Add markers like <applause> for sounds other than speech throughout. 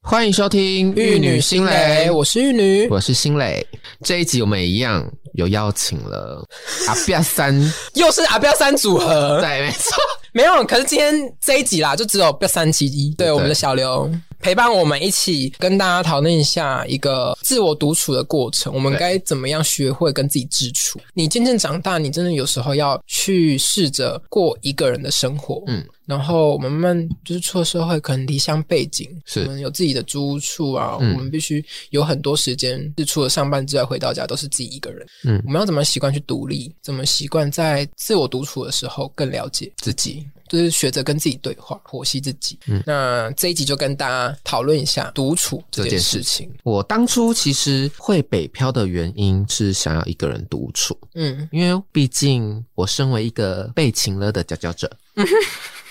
欢迎收听《玉女心蕾》，我是玉女，我是心蕾。这一集我们一样有邀请了阿比亚三，又是阿彪三组合，对，没错，没有。可是今天这一集啦，就只有彪三七一，对我们的小刘陪伴我们一起跟大家讨论一下一个自我独处的过程，我们对该怎么样学会跟自己自处。你渐渐长大，你真的有时候要去试着过一个人的生活，嗯嗯。然后我们慢慢就是出了社会，可能离乡背景，是我们有自己的租屋处啊，嗯我们必须有很多时间，是除了上班之外回到家都是自己一个人。嗯我们要怎么习惯去独立？怎么习惯在自我独处的时候更了解自己？就是学着跟自己对话，剖析自己。嗯那这一集就跟大家讨论一下独处这件事情。我当初其实会北漂的原因是想要一个人独处，嗯，因为毕竟我身为一个被情了的佼佼者，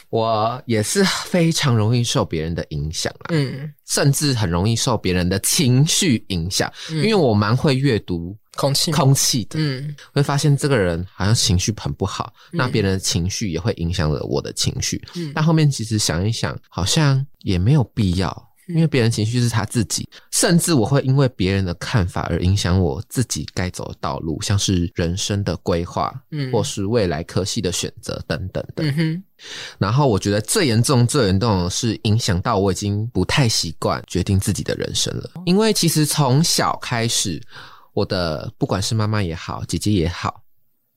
我也是非常容易受别人的影响啦，嗯，甚至很容易受别人的情绪影响，嗯因为我蛮会阅读空气。空气的。嗯会发现这个人好像情绪很不好，嗯那别人的情绪也会影响了我的情绪。嗯但后面其实想一想，好像也没有必要，嗯因为别人情绪是他自己，甚至我会因为别人的看法而影响我自己该走的道路，像是人生的规划，嗯或是未来科系的选择等等的。嗯哼，然后我觉得最严重、最严重的是影响到我已经不太习惯决定自己的人生了，因为其实从小开始，我的不管是妈妈也好，姐姐也好，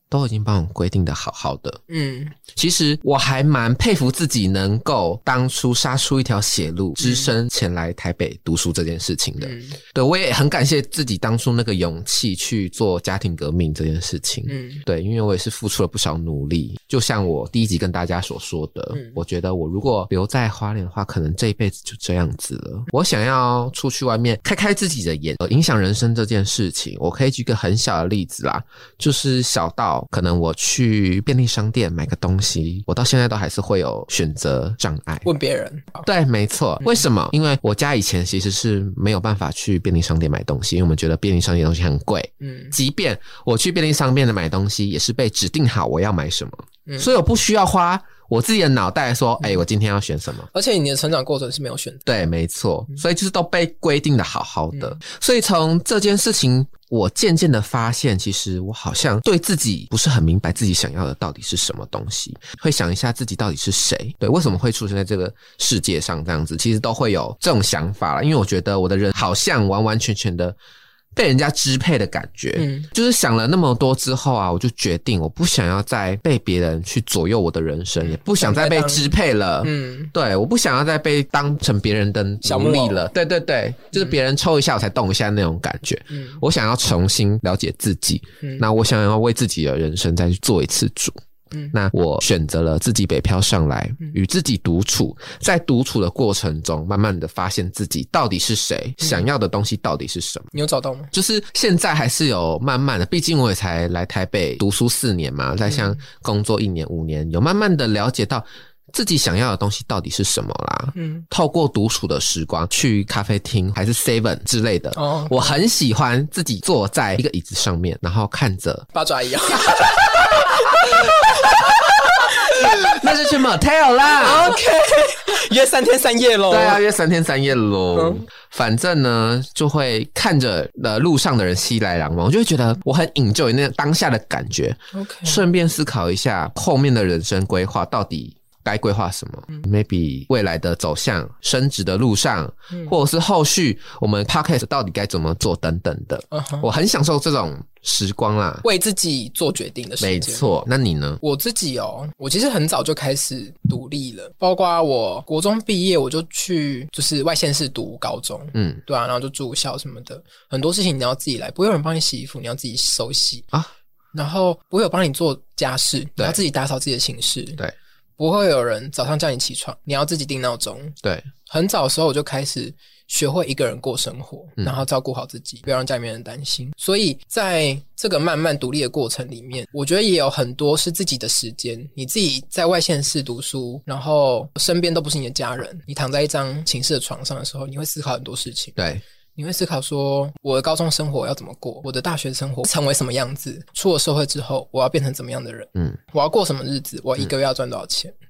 都已经帮我规定的好好的。嗯其实我还蛮佩服自己能够当初杀出一条血路，只身前来台北读书这件事情的。嗯对我也很感谢自己当初那个勇气去做家庭革命这件事情。嗯对，因为我也是付出了不少努力。就像我第一集跟大家所说的，嗯我觉得我如果留在花莲的话，可能这一辈子就这样子了。我想要出去外面开开自己的眼，呃影响人生这件事情，我可以举一个很小的例子啦，就是小到可能我去便利商店买个东西，我到现在都还是会有选择障碍。问别人。对，没错。为什么？因为我家以前其实是没有办法去便利商店买东西，因为我们觉得便利商店的东西很贵。嗯即便我去便利商店的买东西，也是被指定好我要买什么，嗯所以我不需要花我自己的脑袋说，哎、我今天要选什么。而且你的成长过程是没有选择。对，没错，所以就是都被规定的好好的。嗯所以从这件事情，我渐渐的发现，其实我好像对自己不是很明白自己想要的到底是什么东西，会想一下自己到底是谁，对，为什么会出生在这个世界上这样子，其实都会有这种想法了。因为我觉得我的人好像完完全全的被人家支配的感觉，嗯就是想了那么多之后啊，我就决定我不想要再被别人去左右我的人生，也不想再被支配了。嗯对，我不想要再被当成别人的小奴木隶偶了。对对对，就是别人抽一下我才动一下那种感觉。嗯我想要重新了解自己，嗯那我想要为自己的人生再去做一次主。嗯那我选择了自己北漂上来，与自己独处，在独处的过程中，慢慢的发现自己到底是谁，嗯想要的东西到底是什么。你有找到吗？就是现在还是有慢慢的，毕竟我也才来台北读书四年嘛，在嗯像工作一年五年，有慢慢的了解到自己想要的东西到底是什么啦。嗯透过独处的时光，去咖啡厅还是 Seven 之类的，哦，我很喜欢自己坐在一个椅子上面，然后看 <laughs> 着，八爪啊一样。那就去 motel 啦。 OK，约三天三夜喽。对啊，，约三天三夜喽。嗯反正呢，就会看着呃路上的人熙来攘往，我就会觉得我很 enjoy 那当下的感觉。 OK，顺便思考一下后面的人生规划到底该规划什么、m a y b e 未来的走向、升职的路上，嗯或者是后续我们 podcast 到底该怎么做等等的。嗯哼我很享受这种时光啦，为自己做决定的时间。没错。那你呢？我自己哦，我其实很早就开始独立了，包括我国中毕业我就去就是外县市读高中，嗯对啊，然后就住校什么的，很多事情你要自己来，不会有人帮你洗衣服，你要自己手洗啊，然后不会有帮你做家事，你要自己打扫自己的寝室，对，不会有人早上叫你起床，你要自己定闹钟。对，很早的时候我就开始学会一个人过生活，嗯然后照顾好自己，不要让家里面人担心。所以在这个慢慢独立的过程里面，我觉得也有很多是自己的时间。你自己在外县市读书，然后身边都不是你的家人，你躺在一张寝室的床上的时候，你会思考很多事情。对，你会思考说，我的高中生活要怎么过，我的大学生活成为什么样子，出了社会之后，我要变成怎么样的人，嗯我要过什么日子，我一个月要赚多少钱。嗯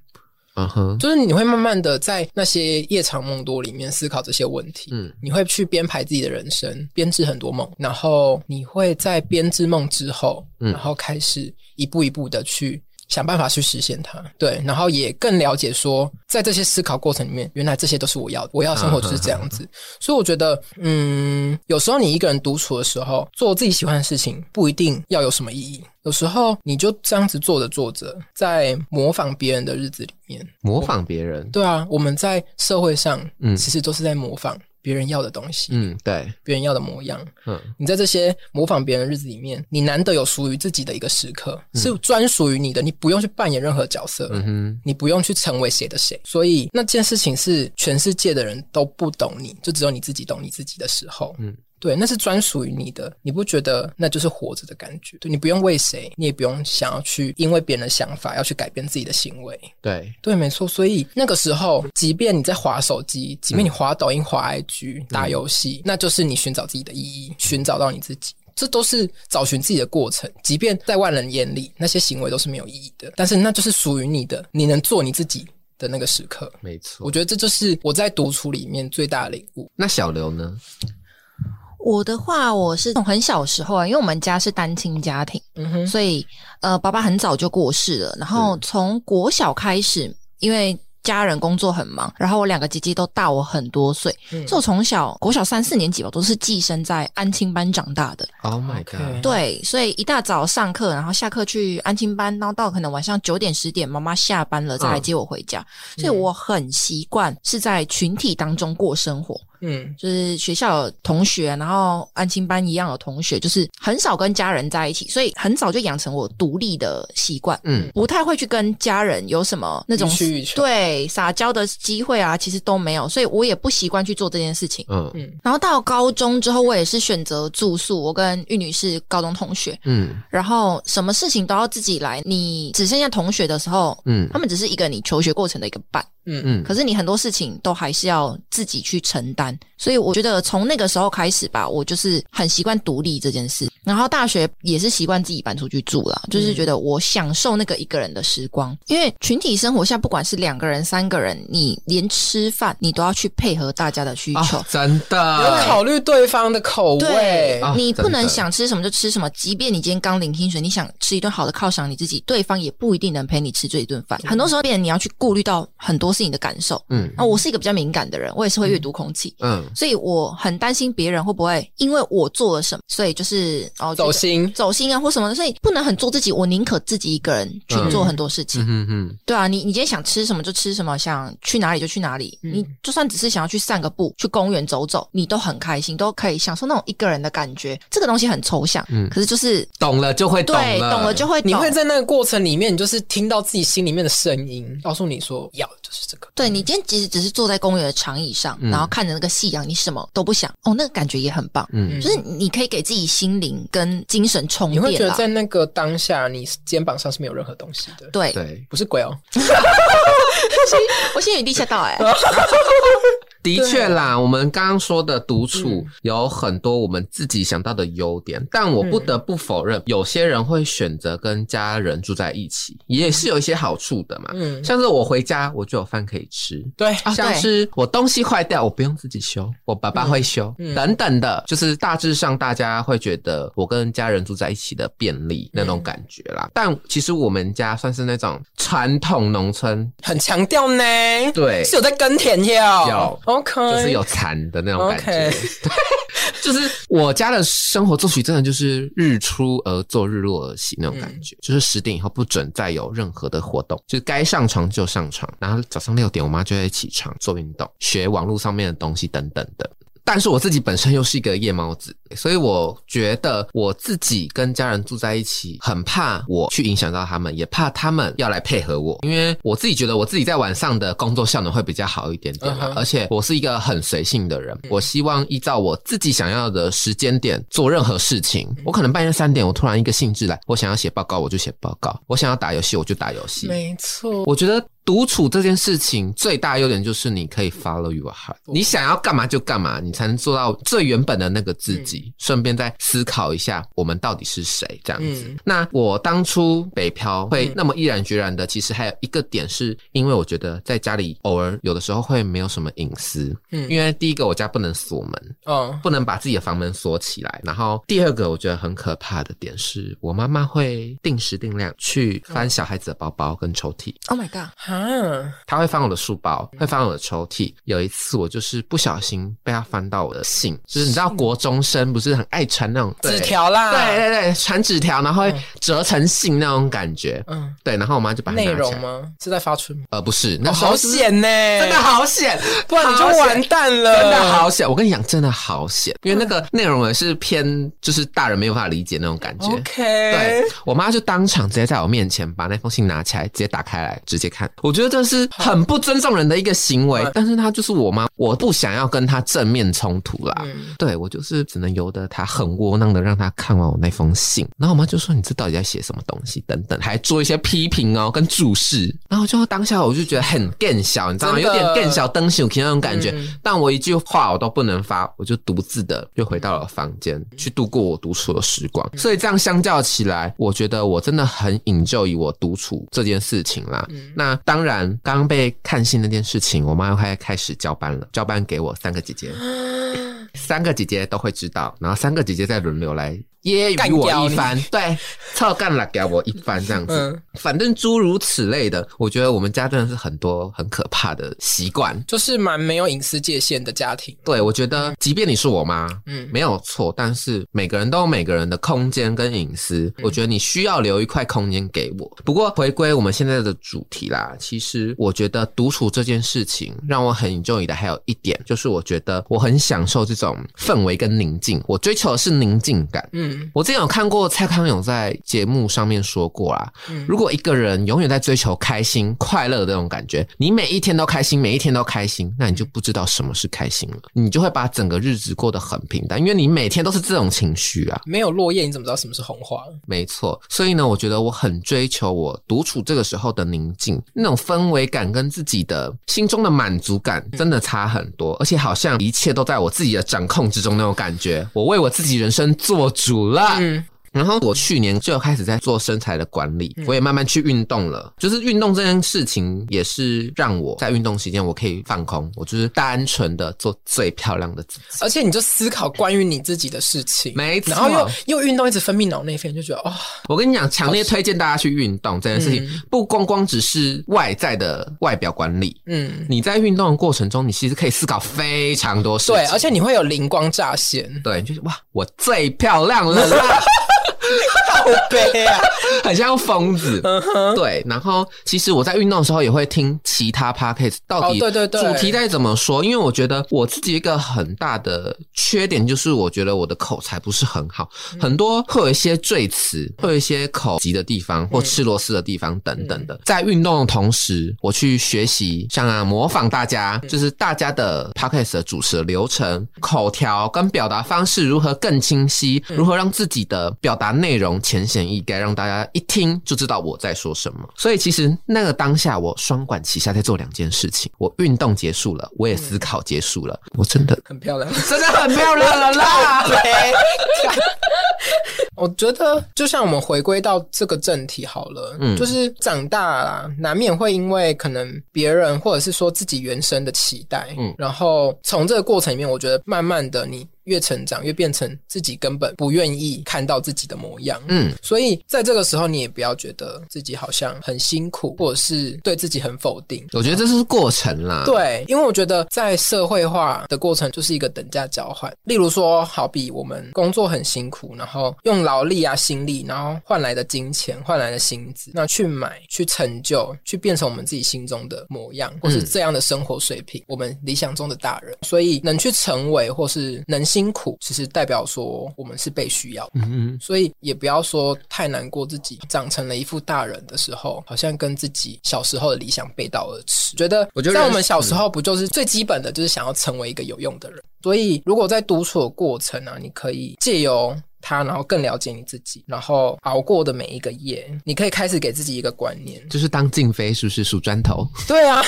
嗯哼，就是你会慢慢的在那些夜长梦多里面思考这些问题，嗯你会去编排自己的人生，编织很多梦，然后你会在编织梦之后，嗯然后开始一步一步的去想办法去实现它，对，然后也更了解说，在这些思考过程里面，原来这些都是我要的，我要的生活就是这样嗯子，所以我觉得，嗯，有时候你一个人独处的时候，做自己喜欢的事情，不一定要有什么意义。有时候你就这样子做着做着，在模仿别人的日子里面，模仿别人，对啊，我们在社会上，嗯其实都是在模仿别人要的东西，嗯，对，别人要的模样。嗯你在这些模仿别人的日子里面，你难得有属于自己的一个时刻，是专属于你的，你不用去扮演任何角色。嗯哼，你不用去成为谁的谁，所以那件事情是全世界的人都不懂你，就只有你自己懂你自己的时候，嗯嗯，对，那是专属于你的，你不觉得那就是活着的感觉？对你不用为谁，你也不用想要去因为别人的想法要去改变自己的行为，对，对，没错。所以那个时候，即便你在滑手机，嗯即便你滑抖音、滑 IG、打游戏，那就是你寻找自己的意义，寻找到你自己。这都是找寻自己的过程，即便在外人眼里，那些行为都是没有意义的，但是那就是属于你的，你能做你自己的那个时刻。没错我。觉得这就是我在独处里面最大的领悟。那小刘呢？我的话，我是从很小时候啊，因为我们家是单亲家庭，嗯哼，Oh 所以呃，爸爸很早就过世了。然后从国小开始，因为家人工作很忙，然后我两个姐姐都大我很多岁，嗯所以我从小国小三四年级吧，我都是寄生在安亲班长大的。 Oh my OK god！对，所以一大早上课，然后下课去安亲班，然后到可能晚上九点十点，妈妈下班了再来接我回家。所以我很习惯是在群体当中过生活。嗯就是学校有同学，然后安亲班一样有同学，就是很少跟家人在一起，所以很早就养成我独立的习惯，嗯，不太会去跟家人有什么那种予取予求对撒娇的机会啊，其实都没有，所以我也不习惯去做这件事情。嗯嗯然后到高中之后，我也是选择住宿，我跟玉女是高中同学，嗯然后什么事情都要自己来。你只剩下同学的时候，嗯他们只是一个你求学过程的一个伴。嗯嗯，可是你很多事情都还是要自己去承担，所以我觉得从那个时候开始吧，我就是很习惯独立这件事。然后大学也是习惯自己搬出去住了，嗯就是觉得我享受那个一个人的时光，因为群体生活下，不管是两个人、三个人，你连吃饭你都要去配合大家的需求。啊，真要的，考虑对方的口味对。啊你不真能的想吃什么就吃什么，即便你今天刚领薪水，你想吃一顿好的犒赏你自己，对方也不一定能陪你吃这一顿饭。很多时候，变成你要去顾虑到很多事情的感受。嗯啊，我是一个比较敏感的人，我也是会阅读空气，嗯所以我很担心别人会不会因为我做了什么，所以就是哦走。就是心，走心啊，或什么的，所以不能很做自己。我宁可自己一个人去嗯做很多事情，嗯哼哼，对啊，你你今天想吃什么就吃什么，想去哪里就去哪里。嗯你就算只是想要去散个步，去公园走走，你都很开心，都可以享受那种一个人的感觉。这个东西很抽象，嗯可是就是懂了就会懂对了，懂了就会懂。你会在那个过程里面，你就是听到自己心里面的声音，告诉你说要的就是这个。对你今天即使只是坐在公园的长椅上，嗯然后看着那个夕阳，你什么都不想，哦，那个感觉也很棒。嗯就是你可以给自己心灵跟精神充你会觉电得啦。在那个当下，你肩膀上是没有任何东西的，对，对，不是鬼哦。我心有余地吓到 <laughs> 哎、的确啦，我们刚刚说的独处有很多我们自己想到的优点，但我不得不否认，有些人会选择跟家人住在一起，也是有一些好处的嘛。嗯，像是我回家，我就有饭可以吃。对，啊像对是我东西坏掉，我不用自己修，我爸爸会修，嗯嗯等等的，就是大致上大家会觉得我跟家人住在一起的便利那种感觉啦。但其实我们家算是那种传统农村，很强调呢，对，是有在耕田要有 OK，就是有蚕的那种感觉。 OK <laughs> 对，就是我家的生活作息真的就是日出而作，日落而息那种嗯感觉，就是十点以后不准再有任何的活动，就是该上床就上床，然后早上六点我妈就会起床做运动，学网络上面的东西等等的。但是我自己本身又是一个夜猫子，所以我觉得我自己跟家人住在一起，很怕我去影响到他们，也怕他们要来配合我，因为我自己觉得我自己在晚上的工作效能会比较好一点啊点啦嗯哼而且我是一个很随性的人，我希望依照我自己想要的时间点做任何事情。我可能半夜三点，我突然一个兴致来，我想要写报告我就写报告，我想要打游戏我就打游戏，没错。我觉得独处这件事情最大优点就是你可以 follow your heart，你想要干嘛就干嘛，你才能做到最原本的那个自己。己，顺便再思考一下我们到底是谁这样子。嗯那我当初北漂会嗯那么毅然决然的，其实还有一个点是因为我觉得在家里偶尔有的时候会没有什么隐私，嗯因为第一个我家不能锁门，嗯不能把自己的房门锁起来。然后第二个我觉得很可怕的点是我妈妈会定时定量去翻小孩子的包包跟抽屉， Oh my god！哈，她会翻我的书包，会翻我的抽屉。有一次我就是不小心被她翻到我的信，就是你知道国中生不是很爱传那种纸。对条啦，对对对，传纸条，然后会折成信那种感觉。嗯，对，然后我妈就把它内拿起容来，吗？是在发春吗？呃，不是，那哦时候好是险呢，真的好险，不然你就好险完蛋了，真的好险！我跟你讲，真的好险，因为那个内容也是偏就是大人没有办法理解那种感觉。对 OK，我妈就当场直接在我面前把那封信拿起来，直接打开来直接看。我觉得这是很不尊重人的一个行为嗯，但是她就是我妈，我不想要跟她正面冲突啦。嗯，对我就是只能由得她很窝囊的让她看完我那封信，然后我妈就说你这到底在写什么东西等等，还做一些批评哦跟注释，然后就当下我就觉得很更小，你知道吗？真有的点更小灯小那种感觉，嗯但我一句话我都不能发，我就独自的又回到了房间去度过我独处的时光。嗯所以这样相较起来，我觉得我真的很引咎于我独处这件事情啦。嗯那当然，刚刚被看信那件事情，我妈快开始交班了，交班给我三个姐姐，三个姐姐都会知道，然后三个姐姐再轮流来揶揄我一番，对，操干了给我一番这样子，嗯反正诸如此类的，我觉得我们家真的是很多很可怕的习惯。就是蛮没有隐私界限的家庭，对，我觉得即便你是我妈，嗯，没有错，但是每个人都有每个人的空间跟隐私，我觉得你需要留一块空间给我。不过回归我们现在的主题啦，其实我觉得独处这件事情让我很 enjoy 的还有一点，就是我觉得我很享受这种氛围跟宁静，我追求的是宁静感。嗯我之前有看过蔡康永在节目上面说过啦，嗯如果一个人永远在追求开心、快乐的那种感觉，你每一天都开心，每一天都开心，那你就不知道什么是开心了，你就会把整个日子过得很平淡，因为你每天都是这种情绪啊。没有落叶，你怎么知道什么是红花？没错，所以呢，我觉得我很追求我独处这个时候的宁静，那种氛围感跟自己的心中的满足感真的差很多，而且好像一切都在我自己的掌控之中那种感觉，我为我自己人生做主了。嗯，然后我去年就开始在做身材的管理，我也慢慢去运动了。就是运动这件事情，也是让我在运动期间我可以放空，我就是单纯的做最漂亮的自己。而且你就思考关于你自己的事情，没错然后又又运动，一直分泌脑内啡，你就觉得哦，我跟你讲，强烈推荐大家去运动这件事情，不光光只是外在的外表管理。嗯，你在运动的过程中，你其实可以思考非常多事情。对，而且你会有灵光乍 <laughs> 现，对，就是哇，我最漂亮了 <laughs> 啦！好悲啊，很像疯子。嗯对，然后其实我在运动的时候也会听其他 podcast，到底哦对对对主题在怎么说？因为我觉得我自己一个很大的缺点就是，我觉得我的口才不是很好，很多会有一些赘词，会有一些口急的地方或吃螺丝的地方等等的。在运动的同时，我去学习，像啊模仿大家，就是大家的 podcast 的主持的流程、口条跟表达方式如何更清晰，如何让自己的表达内容浅显易赅，让大家一听就知道我在说什么。所以其实那个当下，我双管齐下在做两件事情：我运动结束了，我也思考结束了，我真的 <laughs> 很漂亮。 <laughs> 真的很漂亮了 <laughs> 啦！我觉得，就像我们回归到这个正题好了，嗯就是长大啦，难免会因为可能别人或者是说自己原生的期待，嗯然后从这个过程里面，我觉得慢慢的你越成长，越变成自己根本不愿意看到自己的模样，嗯，所以在这个时候，你也不要觉得自己好像很辛苦，或者是对自己很否定。我觉得这是过程啦。。对，因为我觉得在社会化的过程就是一个等价交换。例如说，好比我们工作很辛苦，然后用劳力啊、心力，然后换来的金钱、换来的薪资，那去买、去成就、去变成我们自己心中的模样，或是嗯这样的生活水平，我们理想中的大人。所以能去成为，或是能辛苦，其实代表说我们是被需要的。嗯，所以也不要说太难过，自己长成了一副大人的时候，好像跟自己小时候的理想背道而驰。觉得，我觉得嗯在人我们小时候不就是最基本的，就是想要成为一个有用的人。所以，如果在独处的过程啊，你可以借由它，然后更了解你自己，然后熬过的每一个夜，你可以开始给自己一个观念。啊就是当静妃是不是数砖头？对啊， <laughs>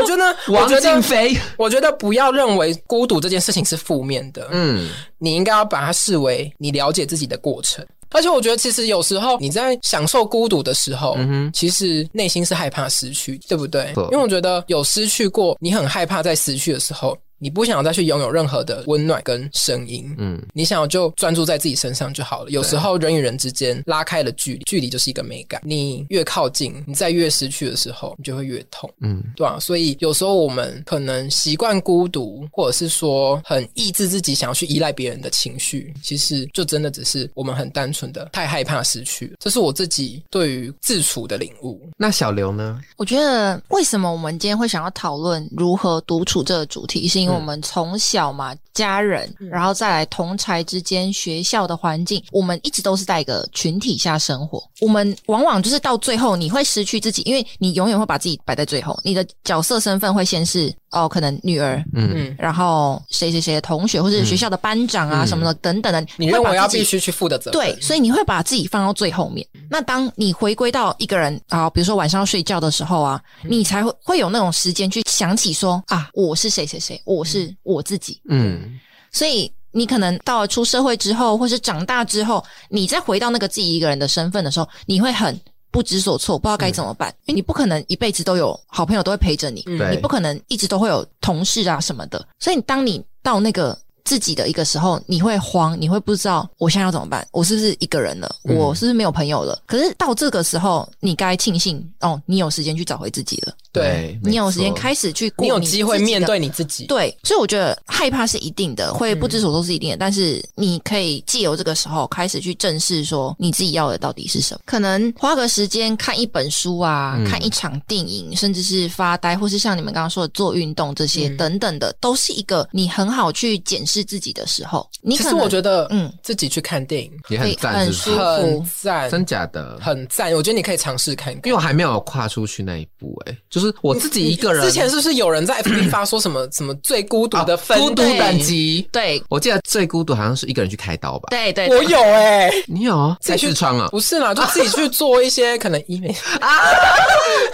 我觉得，我王觉静得，飞，我觉得不要认为孤独这件事情是负面的，嗯，你应该要把它视为你了解自己的过程。而且我觉得，其实有时候你在享受孤独的时候，嗯哼其实内心是害怕失去，对不对？对因为我觉得有失去过，你很害怕在失去的时候，你不想再去拥有任何的温暖跟声音，嗯，你想就专注在自己身上就好了。有时候人与人之间拉开了距离，距离就是一个美感。你越靠近，你在越失去的时候，你就会越痛。嗯，对啊，所以有时候我们可能习惯孤独，或者是说很抑制自己想要去依赖别人的情绪，其实就真的只是我们很单纯的太害怕失去了。这是我自己对于自处的领悟。那小刘呢？我觉得为什么我们今天会想要讨论如何独处这个主题，嗯是因为我们从小嘛，家人，然后再来同才之间、学校的环境，我们一直都是在一个群体下生活。我们往往就是到最后，你会失去自己，因为你永远会把自己摆在最后，你的角色身份会先是哦，可能女儿，嗯，嗯，然后谁谁谁的同学，或者学校的班长啊、嗯什么的等等的，你会认把为要自己必须去负的责任？对，所以你会把自己放到最后面。那当你回归到一个人啊，比如说晚上要睡觉的时候啊，你才会会有那种时间去想起说啊，我是谁谁谁，我是我自己。嗯，所以你可能到了出社会之后，或是长大之后，你再回到那个自己一个人的身份的时候，你会很不知所措，不知道该怎么办，因为你不可能一辈子都有好朋友都会陪着你，嗯对你不可能一直都会有同事啊什么的。所以你当你到那个自己的一个时候，你会慌，你会不知道我现在要怎么办，我是不是一个人了，嗯我是不是没有朋友了？可是到这个时候，你该庆幸哦，你有时间去找回自己了，对，没你有时间错，开始去过你有自机会己面的对你自己。对，所以我觉得害怕是一定的，会不知所措是一定的，但是你可以借由这个时候开始去正视说你自己要的到底是什么。可能花个时间看一本书啊，嗯看一场电影，甚至是发呆，或是像你们刚刚说的做运动这些、嗯等等的，都是一个你很好去检视自己的时候。你其可实能我觉得，嗯嗯，自己去看电影也很赞，很是不舒是服很赞，真假的？很赞。我觉得你可以尝试看看因为。我还没有跨出去那一步、哎，就是我自己一个人。之前是不是有人在 FB 发说什么什么最孤独的分、啊孤独对等级，对我记得最孤独好像是一个人去开刀吧？对对，我有哎、你有自在己去痔疮啊？不是啦，就自己去做一些可能医美，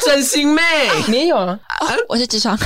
整形妹，你也有啊？我是 <laughs> 痔 <laughs> 疮，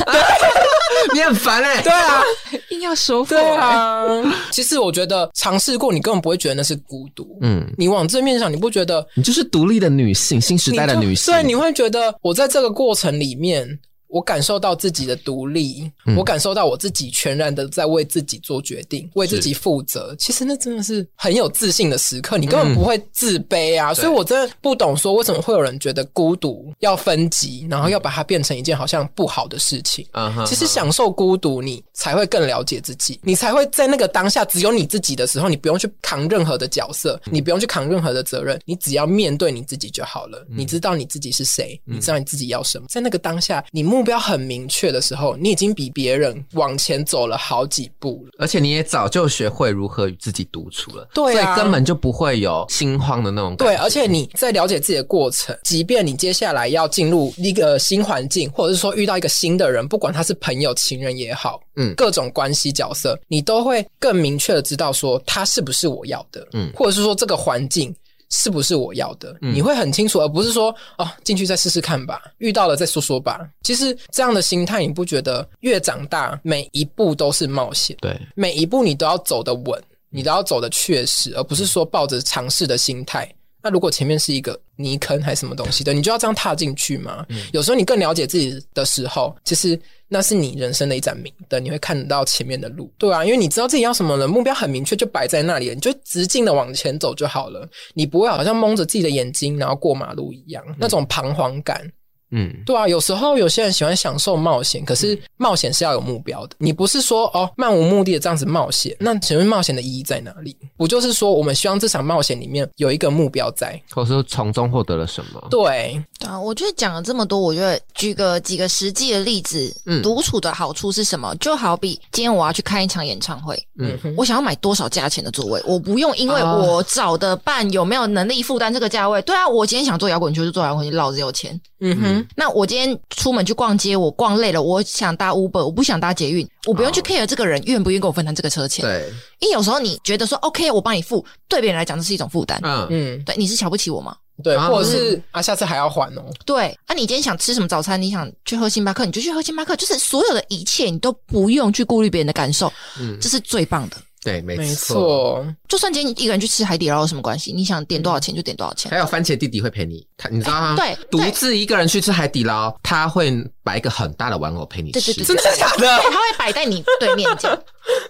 <laughs> 你很烦哎、对啊，硬要说服对我欸啊。其实我觉得尝试过，你根本不会觉得那是孤独。嗯，你往正面想，你不觉得你就是独立的女性，新时你代的就女性。对，你会觉得我在这个过程里面，我感受到自己的独立，我感受到我自己全然的在为自己做决定，为自己负责。其实那真的是很有自信的时刻，你根本不会自卑啊。所以我真的不懂说为什么会有人觉得孤独要分级，然后要把它变成一件好像不好的事情。嗯哼，其实享受孤独，你才会更了解自己，你才会在那个当下只有你自己的时候，你不用去扛任何的角色，嗯你不用去扛任何的责任，你只要面对你自己就好了。嗯你知道你自己是谁，你知道你自己要什么，在那个当下，你目标很明确的时候，你已经比别人往前走了好几步了。而且你也早就学会如何与自己独处了，对啊所以根本就不会有心慌的那种感对，觉。而且你在了解自己的过程，即便你接下来要进入一个新环境，或者是说遇到一个新的人，不管他是朋友、情人也好，嗯各种关系角色，你都会更明确的知道说他是不是我要的，嗯或者是说这个环境。是不是我要的？嗯你会很清楚，而不是说哦，进去再试试看吧，遇到了再说说吧。其实这样的心态，你不觉得越长大每一步都是冒险？对，每一步你都要走得稳，你都要走得确实，而不是说抱着尝试的心态。那如果前面是一个泥坑还是什么东西的，你就要这样踏进去吗？有时候你更了解自己的时候，其实那是你人生的一盏明灯，你会看得到前面的路。对啊，因为你知道自己要什么了，目标很明确，就摆在那里了，你就直径的往前走就好了。你不会好像蒙着自己的眼睛，然后过马路一样，那种彷徨感。嗯，对啊，有时候有些人喜欢享受冒险，可是冒险是要有目标的。你不是说哦漫无目的的这样子冒险，那请问冒险的意义在哪里？不就是说我们希望这场冒险里面有一个目标在？或者说从中获得了什么？对，对啊，我觉得讲了这么多，我觉得举个几个实际的例子，嗯独处的好处是什么？就好比今天我要去看一场演唱会，嗯嗯哼，我想要买多少价钱的座位，我不用因为啊我找的伴有没有能力负担这个价位。对啊，我今天想做摇滚球就做摇滚球，老子有钱。嗯哼，那我今天出门去逛街，我逛累了，我想搭 Uber，我不想搭捷运，我不用去 care 这个人愿不愿意跟我分担这个车钱。对，因为有时候你觉得说 OK，我帮你付，对别人来讲这是一种负担。嗯，嗯，对，你是瞧不起我吗？对，啊或者是啊，下次还要还哦。对，啊，你今天想吃什么早餐？你想去喝星巴克，你就去喝星巴克，就是所有的一切你都不用去顾虑别人的感受，嗯，这是最棒的。对，没没错，就算今天你一个人去吃海底捞有什么关系？你想点多少钱就点多少钱。还有番茄弟弟会陪你，他你知道吗？对独对自一个人去吃海底捞，他会摆一个很大的玩偶陪你对对吃。对真的假的 <laughs> 对，他会摆在你对面讲，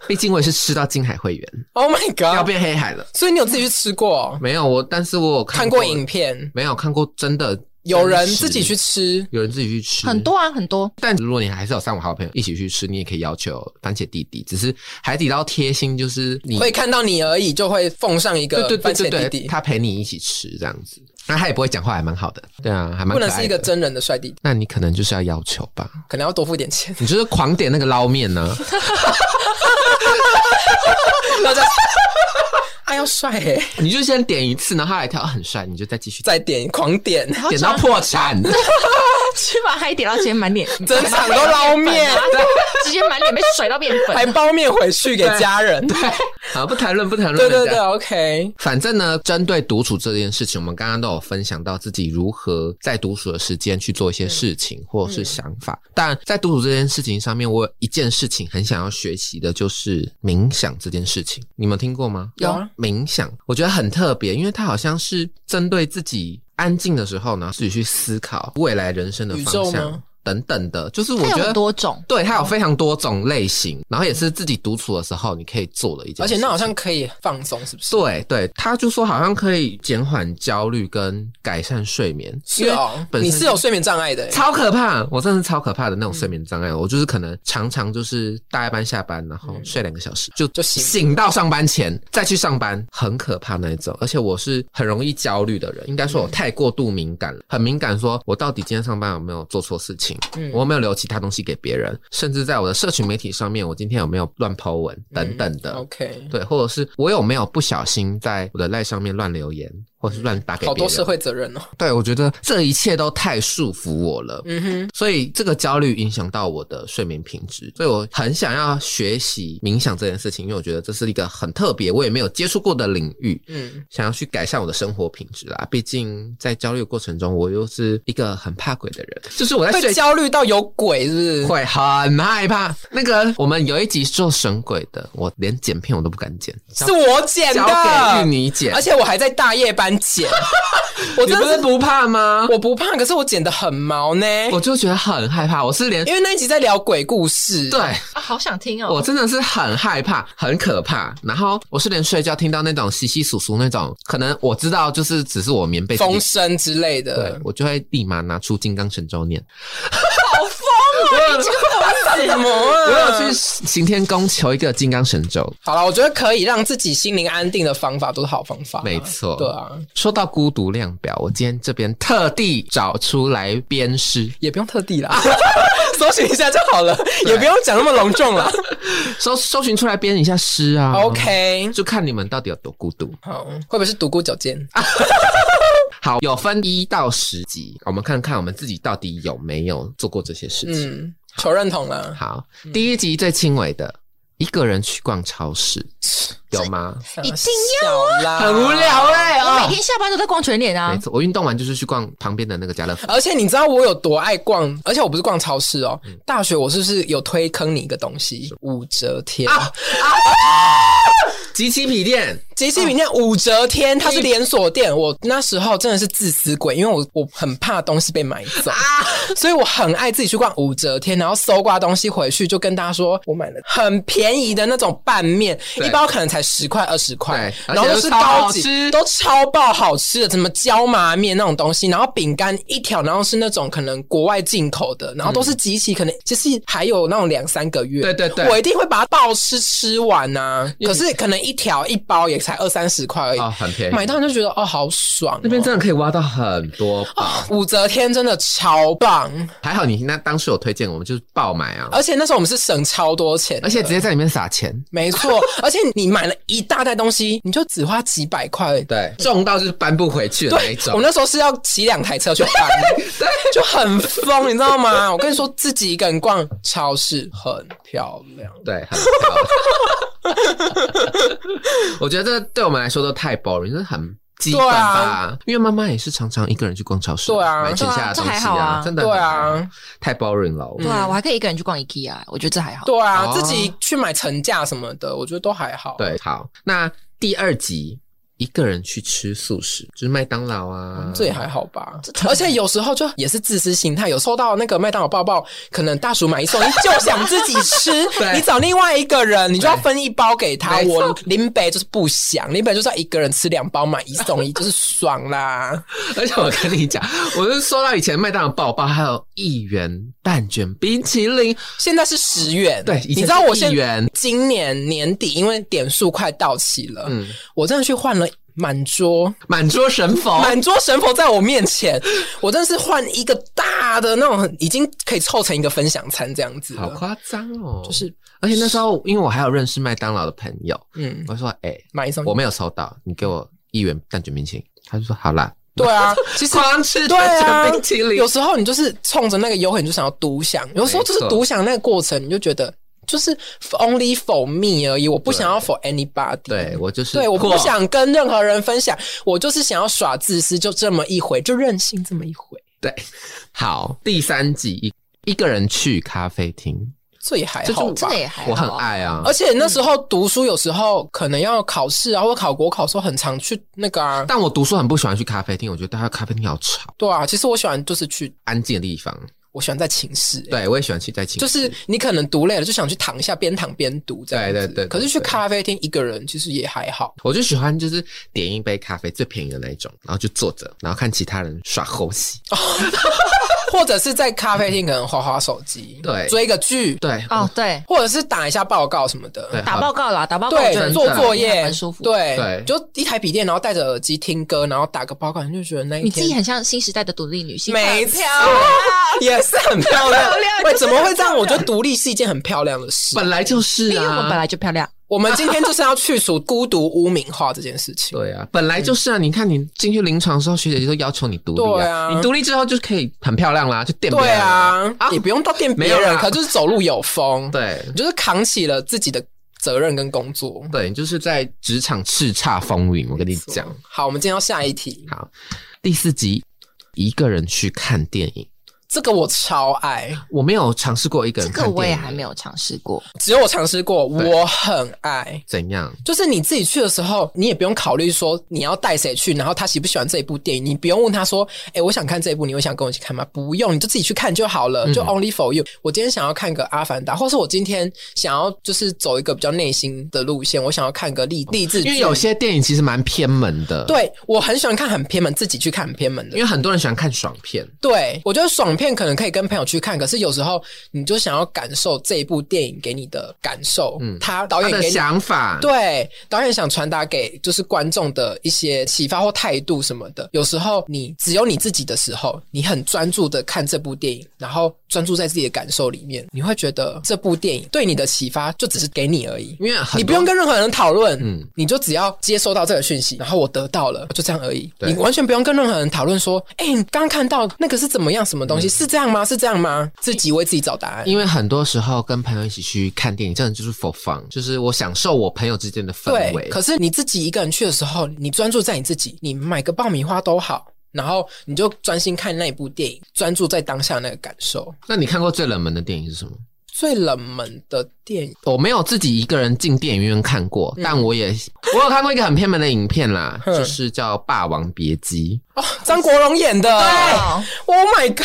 毕竟我也是吃到金海会员， ？Oh my 要 god！变黑海了。所以你有自己去吃过，没有我，但是我有看过过影，片，没有看过真的。有人真实自己去，吃，有人自己去吃， <laughs> 很多啊，很多。但如果你还是有三五好朋友一起去吃，你也可以要求番茄弟弟。只是海底捞贴心，就是你会看到你而已，就会奉上一对个对番对茄对弟对弟，他陪你一起吃这样子，那他也不会讲话，还蛮好的。对啊，还蛮不可爱能的是一个，真人的帅弟弟，那你可能就是要要求吧，可能要多付点钱。你就是狂点那个捞面 <laughs> 呢、大家， <laughs> 他要帅欸，你就先点一次，然后他来挑啊很帅，你就再继续点，再点狂点，点到破产。 <laughs> 吃完海底捞直接满脸， <laughs> <laughs> 整场都捞 <laughs> 面，直接满脸被甩到变还粉。包面回去给家人。好，不谈论不谈论。对对人对家，OK，反正呢，针对独处这件事情，我们刚刚都有分享到自己如何在独处的时间去做一些事嗯情或者是想法。但在独处这件事情上面，我有一件事情很想要学习的就是冥想这件事情。你们听过吗？有啊，冥想，我觉得很特别，因为它好像是针对自己安静的时候呢，自己去思考未来人生的宇宙方吗向等等的，就是我它有觉得很多种，对，它有非常多种类型，然后也是自己独处的时候你可以做的一件而事情。且那好像可以放松，是不是？对对，他就说好像可以减缓焦虑跟改善睡眠，是哦，因为本你身是有睡眠障碍的欸，超可怕，我真的是超可怕的那种睡眠障碍。我就是可能常常就是大夜班下班，然后睡两个小时，就嗯就醒醒到上班前再去上班，很可怕那一种。而且我是很容易焦虑的人，应该说我嗯太过度敏感了，很敏感，说我到底今天上班有没有做错事情，嗯我有没有留其他东西给别人，甚至在我的社群媒体上面，我今天有没有乱抛文嗯等等的。哦 OK，对，或者是我有没有不小心在我的赖上面乱留言，或者是乱打给别人？好多社会责任哦。对我觉得这一切都太束缚我了。嗯哼，所以这个焦虑影响到我的睡眠品质，所以我很想要学习冥想这件事情，因为我觉得这是一个很特别，我也没有接触过的领域，嗯，想要去改善我的生活品质啦。毕竟在焦虑的过程中，我又是一个很怕鬼的人，就是我在睡会焦虑到有鬼是不是？会很害怕。那个我们有一集做神鬼的，我连剪片我都不敢剪，是我剪交给玉的，妮剪而。且我还在大夜班剪，我 <laughs> 你真不的是是不怕吗？我不怕，可是我剪的很毛呢，我就觉得很害怕，我是连因为那一集在聊鬼故事，对啊，好想听我。真的是很害怕，很可怕。然后我是连睡觉听到那种稀稀疏疏那种，可能我知道就是只是我棉被风声之类对 <laughs> 的，我就会立马拿出《金刚神咒》念。什么我有啊？去行天宫求一个金刚神咒，好了，我觉得可以让自己心灵安定的方法都是好方法啊，没错。对啊，说到孤独量表，我今天这边特地找出来鞭尸，也不用特 <laughs> 地啦，搜寻一下就好了，也不用讲那么隆 <laughs> 重啦。搜搜寻出来编一下诗啊。 OK，就看你们到底有多孤独。好，会不会是独孤九剑？啊好，有分一到十级，我们看看我们自己到底有没有做过这些事情。嗯，求认同啦。好，第一集最轻微的，一个人去逛超市，有吗？一定要嗯要啦，啊很无。聊哎、我每哦。天下班都在逛全脸啊没，错，我运动完就是去逛旁边的那个家乐福。而且你知道我有多爱逛，而且我不是逛超市哦，嗯大学我是不是有推坑你一个东西？五折天，啊集齐皮店，杰西饼店五折天，它是连锁店。我那时候真的是自私鬼，因为我我很怕东西被买啊走，所以我很爱自己去逛五折天，然后搜刮东西回去，就跟大家说我买了很便宜的那种拌面，对一包可能才十块二十块，对然后而且都都是超高好级，吃都超爆好吃的，什么椒麻面那种东西，然后饼干一条，然后是那种可能国外进口的，然后都是机器，可能就是还有那种两三个月，嗯对对对我一定会把它爆吃吃完呐、因为可是可能一条一包也才二三十块而已，嗯哦，很便宜。哎买到就觉得哦好爽哦、那边真的可以挖到很多宝，武则天真的超棒，还好你那当时有推荐我们，就是爆买啊，而且那时候我们是省超多钱的，而且直接在里面撒钱，没错， <laughs> 而且你买了一大袋东西，你就只花几百块。对，重到就是搬不回去的那一我种。那时候是要骑两台车 <laughs> 去搬，就很疯，你知道吗？我跟你说，自己一个人逛超市很漂亮。对， <laughs> 很漂亮我觉得这对我们来说都太 boring，就是很基本吧，因为妈妈也是常常一个人去逛超市，啊对啊买剩下的东对啊这还西好啊真的对很好，啊，太 boring 了。我对啊，我还可以一个人去逛 IKEA，我觉得这还好。对啊，哦自己去买成架什么的，我觉得都还好。，对，好，那第二集一个人去吃素食，就是麦当劳啊，这也还好吧。而且有时候就也是自私心态，有收到那个麦当劳抱抱，可能大叔买一送一就想自己吃， <laughs> 对你找另外一个人，你就要分一包给他。没错我林北就是不想，林北就是要一个人吃两包买一送一，就是爽啦。而且我跟你讲，我是收到以前麦当劳爆爆，还有一元蛋卷冰淇淋，现在是十元，对以前你知道我现是一元今年年底因为点数快到期了，嗯，我真的去换了满桌。满桌神佛。满桌神佛在我面前，我真的是换一个大的那种很，已经可以凑成一个分享餐这样子好了。夸张哦！就，是而且那时候因为我还有认识麦当劳的朋友，嗯，我说：“哎、买一送我一。没有收到，你给我一元蛋卷冰淇淋。”他就说：“好啦，对 <laughs> 啊，其实狂吃对啊蛋卷冰淇，淋有。时候你就是冲着那个优惠，你就想要独享；有时候就是没错独享那个过程，你就觉得就是 only for me 而已，我不想要 for anybody。对我就是对，我不破想跟任何人分享，我就是想要耍自私，就这么一回，就任性这么一回，对，好，第三集一一个人去咖啡厅，这也还这就好这吧个。也还好啊我很爱啊而。且那时候读书有时候可能要考试啊，或考国考的时候，很常去那个啊。但我读书很不喜欢去咖啡厅，我觉得大家咖啡厅好吵，对啊，其实我喜欢就是去，安静的地方。我喜欢在寝室、欸对，我也喜欢去在寝室，就是你可能读累了就想去躺一下，边躺边读这样子。对对对对可是去对咖啡厅一个人其实也还好。我就喜欢就是点一杯咖啡最便宜的那一种，然后就坐着，然后看其他人耍猴戏。哦或者是在咖啡厅可能划划手 <laughs> 机，对追个剧，对，哦，对，或者是打一下报告什么的，对打报告啦，打报告，我觉得对，做作还业蛮舒服。，对，对就一台笔电，然后戴着耳机听歌，然后打个报告，你就觉得那一你自己天。很像新时代的独立女性，没很错漂亮， <laughs> 也是很漂亮，喂，就是怎么会这样？我觉得独立是一件很漂亮的事。本来就是因为我们啊，本来就漂亮。我们今天就是要去除孤独污名化这件事 <laughs> 情。对啊，本来就是啊。你看你进去临床的时候，学姐就要求你独立对啊，啊你独立之后就可以很漂亮啦，就垫别对人了，啊，也不用到店没别有人，啦可就是走路有风，对你就是扛起了自己的责任跟工作。对，你就是在职场叱咤风云。我跟你讲，好，我们今天要下一题，好，第四集一个人去看电影，这个我超爱。我没有尝试过一个这人看电个影，我也还没有尝试过，只有我尝试过，对我很爱。怎样。就是你自己去的时候，你也不用考虑说你要带谁去，然后他喜不喜欢这一部电影，你不用问他说：“哎、我想看这一部，你会想跟我一起看吗？”不用，你就自己去看就好嗯了，就 only for you。我今天想要看个《阿凡达》，或是我今天想要就是走一个比较内心的路线，我想要看个励励志剧，因为有些电影其实蛮偏门的，，对我很喜欢看很偏门，自己去看很偏门的因。为很多人喜欢看爽片，啊对，我觉得爽片可能可以跟朋友去看，可是有时候你就想要感受这一部电影给你的感受，嗯他导他演的给你想法，对，导演想传达给就是观众的一些启发或态度什么的。有时候你只有你自己的时候，你很专注的看这部电影，然后专注在自己的感受里面，你会觉得这部电影对你的启发就只是给你而已。因为很你不多用跟任何人讨论，嗯嗯，你就只要接收到这个讯息，然后我得到了，就这样而已。对你完全不用跟任何人讨论说，哎、你刚看到那个是怎么样，什么东西、是这样吗？是这样吗？自己为自己找答案。因为很多时候跟朋友一起去看电影，真的就是 for fun，就是我享受我朋友之间的氛对，围。可是你自己一个人去的时候，你专注在你自己，你买个爆米花都好，然后你就专心看那部电影，专注在当下那个感受。那你看过最冷门的电影是什么？最冷门的电影，我没有自己一个人进电影院看过，但我也我有看过一个很偏门的影片 <laughs> 啦，嗯就是叫《霸王别姬张国荣演的。哦 Oh my god！》，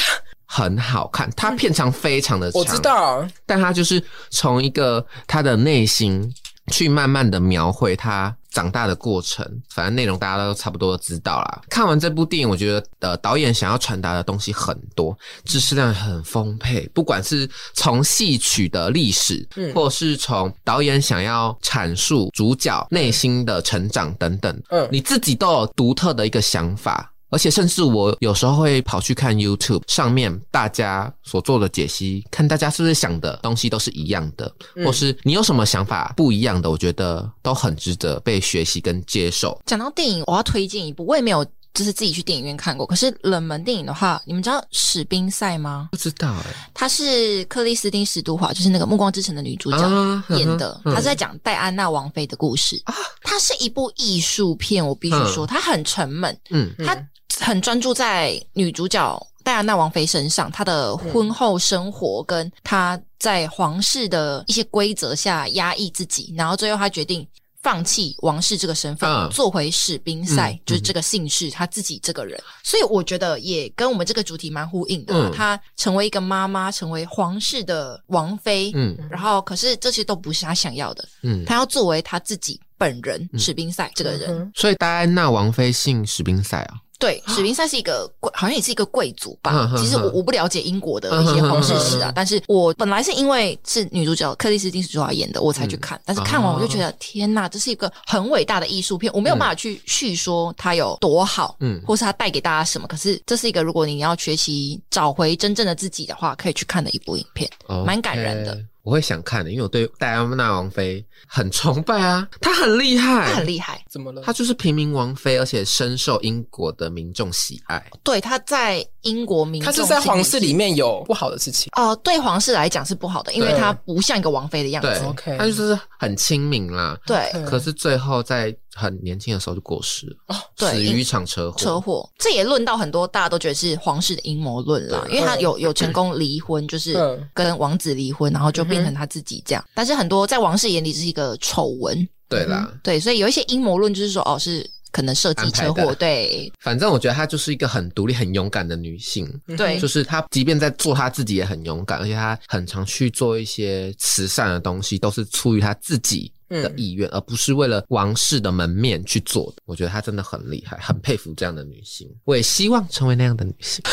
很好看。它片长非常的长，我知，道，啊但它就是从一个他的内心去慢慢的描绘他。长大的过程，反正内容大家都差不多知道啦。看完这部电影，我觉得呃，导演想要传达的东西很多，知识量很丰沛，不管是从戏曲的历史，嗯或是从导演想要阐述主角内心的成长等等，嗯你自己都有独特的一个想法。而且甚至我有时候会跑去看 YouTube 上面大家所做的解析，看大家是不是想的东西都是一样的，嗯或是你有什么想法不一样的，我觉得都很值得被学习跟接受。讲到电影，我要推荐一部，我也没有就是自己去电影院看过。可是冷门电影的话，你们知道《史宾赛》吗？不知道哎、她是克里斯汀·史都华，就是那个《暮光之城》的女主角。啊演的，嗯啊她是在讲戴安娜王妃的故事。它是一部艺术片，我必须说，它很沉闷，嗯嗯它很专注在女主角戴安娜王妃身上，她的婚后生活跟她在皇室的一些规则下压抑自己，然后最后她决定。放弃王室这个身份，嗯做回史宾赛，嗯就是这个姓氏，她自己这个人，所以我觉得也跟我们这个主题蛮呼应的啊、嗯她成为一个妈妈，成为皇室的王妃，嗯然后可是这些都不是她想要的，嗯，他要作为他自己本人嗯史宾赛这个人，嗯哼所以戴安娜王妃姓史宾塞啊，对，史宾赛是一个贵，好像也是一个贵族吧嗯。哼其实我哼我不了解英国的一些皇室史嗯哼啊哼，但是我本来是因为是女主角克里斯汀·史主华演的，我才去嗯看，但是看完我就觉得天呐，这是一个很伟大的艺术片，我没有办法去叙说它有多好，嗯嗯，或是它带给大家什么。可是这是一个如果你要学习找回真正的自己的话，可以去看的一部影片。哦蛮感人的。 OK 我会想看的，因为我对戴安娜王妃很崇拜啊，她很厉哎害，它很厉害，怎么了？她就是平民王妃，而且深受英国的民众喜爱。对，他在英国民他众是在心皇室是里面有不好的事情。哦、对皇室来讲是不好的，因为对她不像一个王妃的样对子。 OK 她就是很亲民啦。对，对可是最后在很年轻的时候就过世了，对死于一场车祸。车祸这也论到很多大家都觉得是皇室的阴谋论啦，因为她嗯有有成功离婚，就是嗯跟王子离婚，然后就变成她自己这样。嗯但是很多在王室眼里这是一个丑闻，对啦，对，所以有一些阴谋论就是说哦是。可能设计车安排祸，的对反正我觉得她就是一个很独立、很勇敢的女性。对就，是她，即便在做她自己也很勇敢，而且她很常去做一些慈善的东西，都是出于她自己的嗯意愿，而不是为了王室的门面去做的。我觉得她真的很厉害，很佩服这样的女性。我也希望成为那样的女性。 <laughs>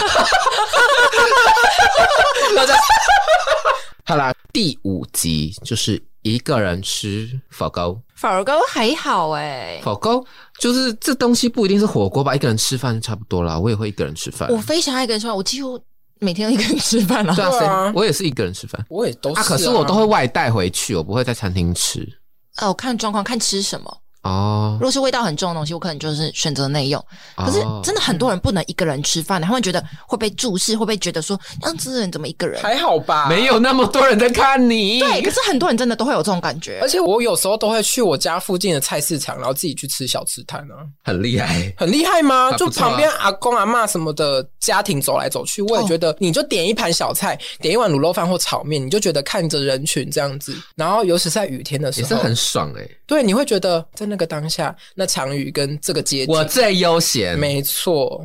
好啦，第五集就是一个人吃火锅。法尔高还好哎、火锅就是这东西不一定是火锅吧，一个人吃饭就差不多啦。我也会一个人吃饭我，非常爱一个人吃饭，我几乎每天都一个人吃饭了、对啊，对啊谁我也是一个人吃饭。我也哦都是、啊，可是我都会外带回去，我不会在餐厅吃呃，我看状况，看吃什么。哦如。果是味道很重的东西，我可能就是选择内用。可是哦真的很多人不能一个人吃饭，他们觉得会被注视，会被觉得说，那这人怎么一个人？还好吧，没有那么多人在看你，对，可是很多人真的都会有这种感觉而。且我有时候都会去我家附近的菜市场，然后自己去吃小吃摊啊，很厉害。很厉害吗？还不就错啊旁边阿公阿妈什么的家庭走来走去，我也觉得你就点一盘小菜，点一碗卤肉饭或炒面，你就觉得看着人群这样子，然后尤其是在雨天的时也候，是很爽哎、对，你会觉得在那个当下，那场雨跟这个街景，我最悠闲，没错，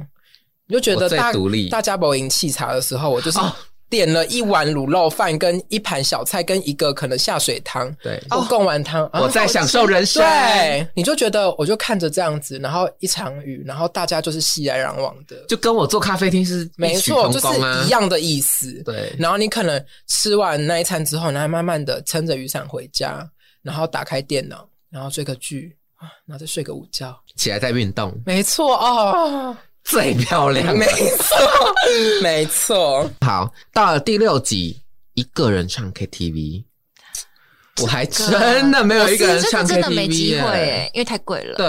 你就觉我得最大独立大家不饮沏茶的时候，我就是哦点了一碗卤肉饭，跟一盘小菜，跟一个可能下水汤，对或贡丸汤，啊哦我在享受人生。对，你就觉得我就看着这样子，然后一场雨，然后大家就是熙来攘往的，就跟我做咖啡厅是没异曲错，就同工啊是一。样的意思。对，然后你可能吃完那一餐之后，然后慢慢的撑着雨伞回家，然后打开电脑，然后追个剧啊，然后再睡个午觉。起来再运动没错哦，最漂亮。 <laughs> 没错，没 <laughs> 错，好，到了第六集，一个人唱 KTV，我还真的没有一个人唱我是真的没机 KTV 会、欸欸，因为太贵了。对，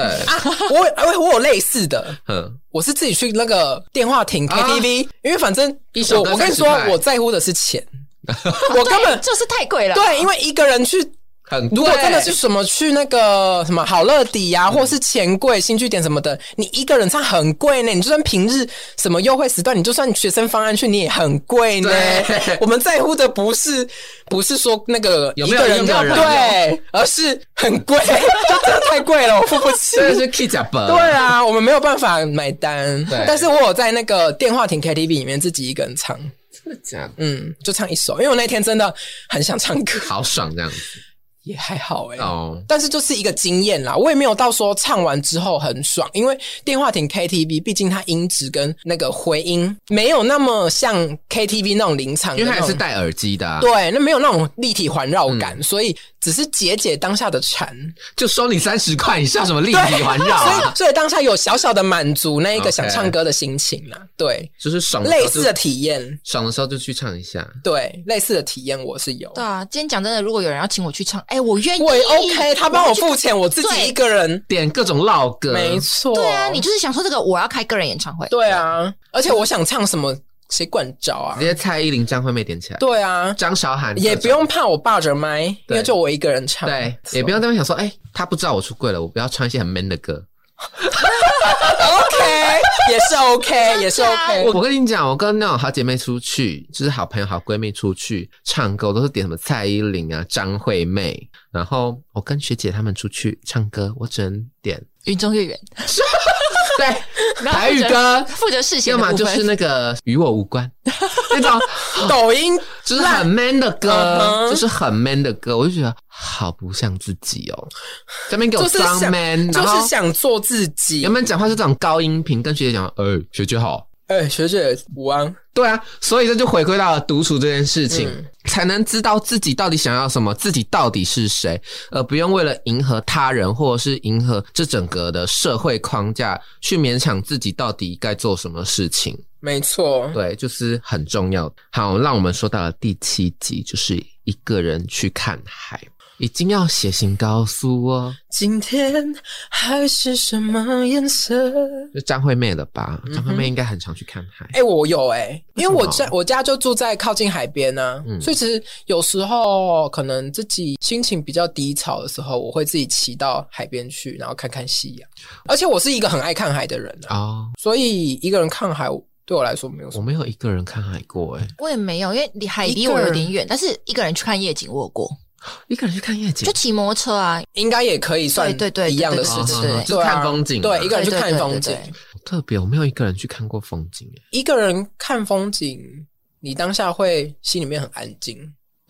我哎我有类似的。嗯，我是自己去那个电话亭啊 KTV，、因为反正一首歌我我跟你30说块，我在乎的是钱，啊，我根本对就是太贵了。啊对，因为一个人去，很如多果真的是什么去那个什么好乐迪呀、或是钱柜、新据点什么的，你一个人唱很贵呢。你就算平日什么优惠时段，你就算学生方案去，你也很贵呢对。我们在乎的不是不是说那个有一没有个人一个人对，而是很 <laughs> 贵，就真的太贵了，我付不起。真的是 K 甲本，对啊，我们没有办法买单。对但是我有在那个电话亭 KTV 里面自己一个人唱，真的假的？嗯，就唱一首，因为我那天真的很想唱 <laughs> 歌，好爽这样子也还好哎、哦。但是就是一个经验啦，我也没有到说唱完之后很爽，因为电话亭 KTV 毕竟它音质跟那个回音没有那么像 KTV 那种临场的因为那他也种，是嗯戴耳机的、啊，对，那没有那种立体环绕感，所以只是解解当下的馋，就收你三十块，你笑什么立体环绕、所啊以？所以当下有小小的满足那一个 OK 想唱歌的心情啦，对，就是爽的时候类就似的体验，爽的时候就去唱一下。对，类似的体验我是有，对啊，今天讲真的，如果有人要请我去唱，哎、哎、我愿意，我也 OK，他帮我去付钱，我自己对一个人，点各种老歌，没错。对啊，你就是想说这个我要开个人演唱会，对啊，而且我想唱什么，谁管着啊直？接蔡依林、张惠妹点起来，对啊，张韶涵也各种不用怕我霸着麦，因为就我一个人唱，对，也不用在那边想说，哎、他不知道我出柜了，我不要穿一些很 man 的歌。 OK，也是 OK，也是 <laughs> 真的啊 OK。我我跟你讲，我跟那种好姐妹出去，就是好朋友、好闺蜜出去唱歌，我都是点什么蔡依林啊、张惠妹。然后我跟学姐她们出去唱歌，我只能点云中月圆，对然后台语负责歌，负责事先要的么部就分是那个与我无 <laughs> 关那种，抖音就是很 man 的嗯歌，哼就是很 man 的歌，我就觉得好不像自己哦。这边给我就是装想 man，然嗯就后是想做自己原。本讲话是这种高音频，跟学姐讲，呃，学姐好，哎，学姐午安，对啊，所以这就回归到了独处这件事情，嗯才能知道自己到底想要什么，自己到底是谁，而不用为了迎合他人或者是迎合这整个的社会框架去勉强自己到底该做什么事情。没错，对，就是很重要。好，让我们说到了第七集，就是一个人去看海，已经要写信告诉我，今天海是什么颜色？就张惠妹了吧？嗯哼张惠妹应该很常去看海。哎、我有哎、因为我为什家我家就住在靠近海边呢、嗯所以其实有时候可能自己心情比较低潮的时候，我会自己骑到海边去，然后看看夕阳。而且我是一个很爱看海的人啊，哦，所以一个人看海对我来说没有什我么。没有一个人看海过、哎，我也没有，因为离海一离个我人有点远，但是一个人去看夜景我有过，一个人去看夜景就，骑摩托车啊，应该也可以算对对对对一样的对事对情，对对就是看风景啊对，一个人去对对看对风对景对，好特别，我没有一个人去看过风景哎，一个人看风景，你当下会心里面很安静，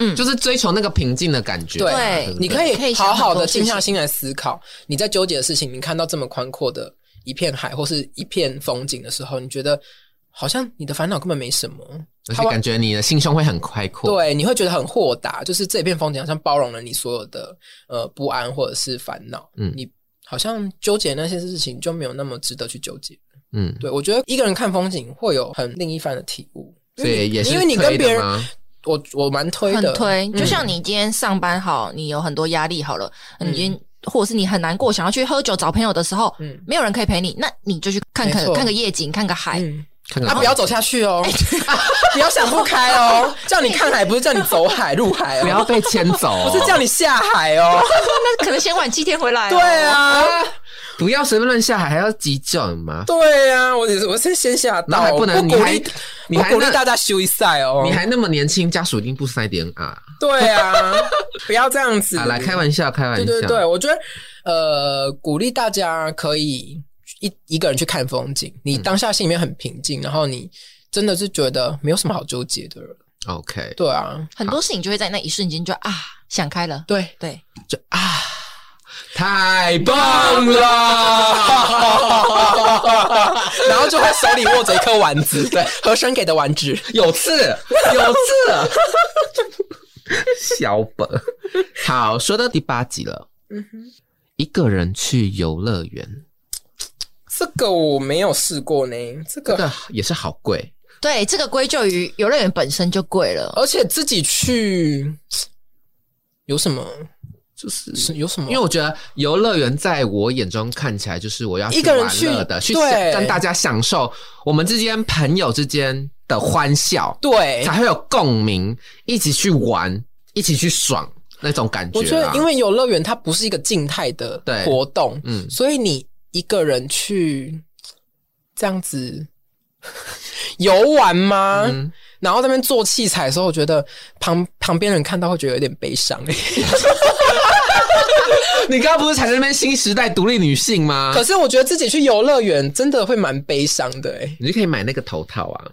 嗯，就是追求那个平静的感觉嘛。对不你可可以以想好好的很多事静情下心来思考你在纠结的事情。你看到这么宽阔的一片海或是一片风景的时候，你觉得好像你的烦恼根本没什么，而它且会感觉你的心胸会很开阔。，对，你会觉得很豁达，就是这片风景好像包容了你所有的呃不安或者是烦恼，嗯你好像纠结那些事情就没有那么值得去纠结。嗯，对我觉得一个人看风景会有很另一番的体悟，所因为以你也是因为你跟推的别人，吗我我蛮推很的，推。就嗯像你今天上班好，你有很多压力好了，嗯你今天或者是你很难过，想要去喝酒找朋友的时候，嗯没有人可以陪你，那你就去看没看错看个夜景，看个海。嗯。看看啊，不要走下去哦， <laughs> 不要想不开哦，叫你看海不是叫你走海入海不哦要，被牵走， <laughs> 不是叫你下海哦，那可能先晚七天回来、哦对，啊，不要随便乱下海，还要急救，很麻烦。对啊，我我是先吓然到，后还不能，你鼓还励，你不还鼓励那大家休一赛哦你，还那么年轻，家属一定不塞点啊！对啊，不要这样子， <laughs> 好啦，开玩笑，开玩对笑。对对，，我觉得呃，鼓励大家可以一一个人去看风景，嗯你当下心里面很平静，然后你真的是觉得没有什么好纠结的了， OK，对啊，很多事情就会在那一瞬间就啊想开了。对。对，就啊，太棒了，然后就会手里握着一颗丸 <laughs> 子，对，和珅给的丸子。有 <laughs> 刺，有刺，啊小本。好，说到第八集了，嗯哼，一个人去游乐园，这个我没有试过呢，这这个。个也是好贵。对，这个归咎于游乐园本身就贵了。而且自己去有什么？就是是有什么？因为我觉得游乐园在我眼中看起来就是我要一个人玩乐的，去去享对跟大家享受我们之间朋友之间的欢笑，对，才会有共鸣，一起去玩，一起去爽那种感觉我啦。觉得因为游乐园它不是一个静态的对活动，嗯所以你一个人去这样子 <laughs> 游玩吗？嗯然后在那边做器材的时候，我觉得旁旁边人看到会觉得有点悲伤、你刚刚不是才在那边新时代独立女性吗？可是我觉得自己去游乐园真的会蛮悲伤的、欸，你就可以买那个头套啊，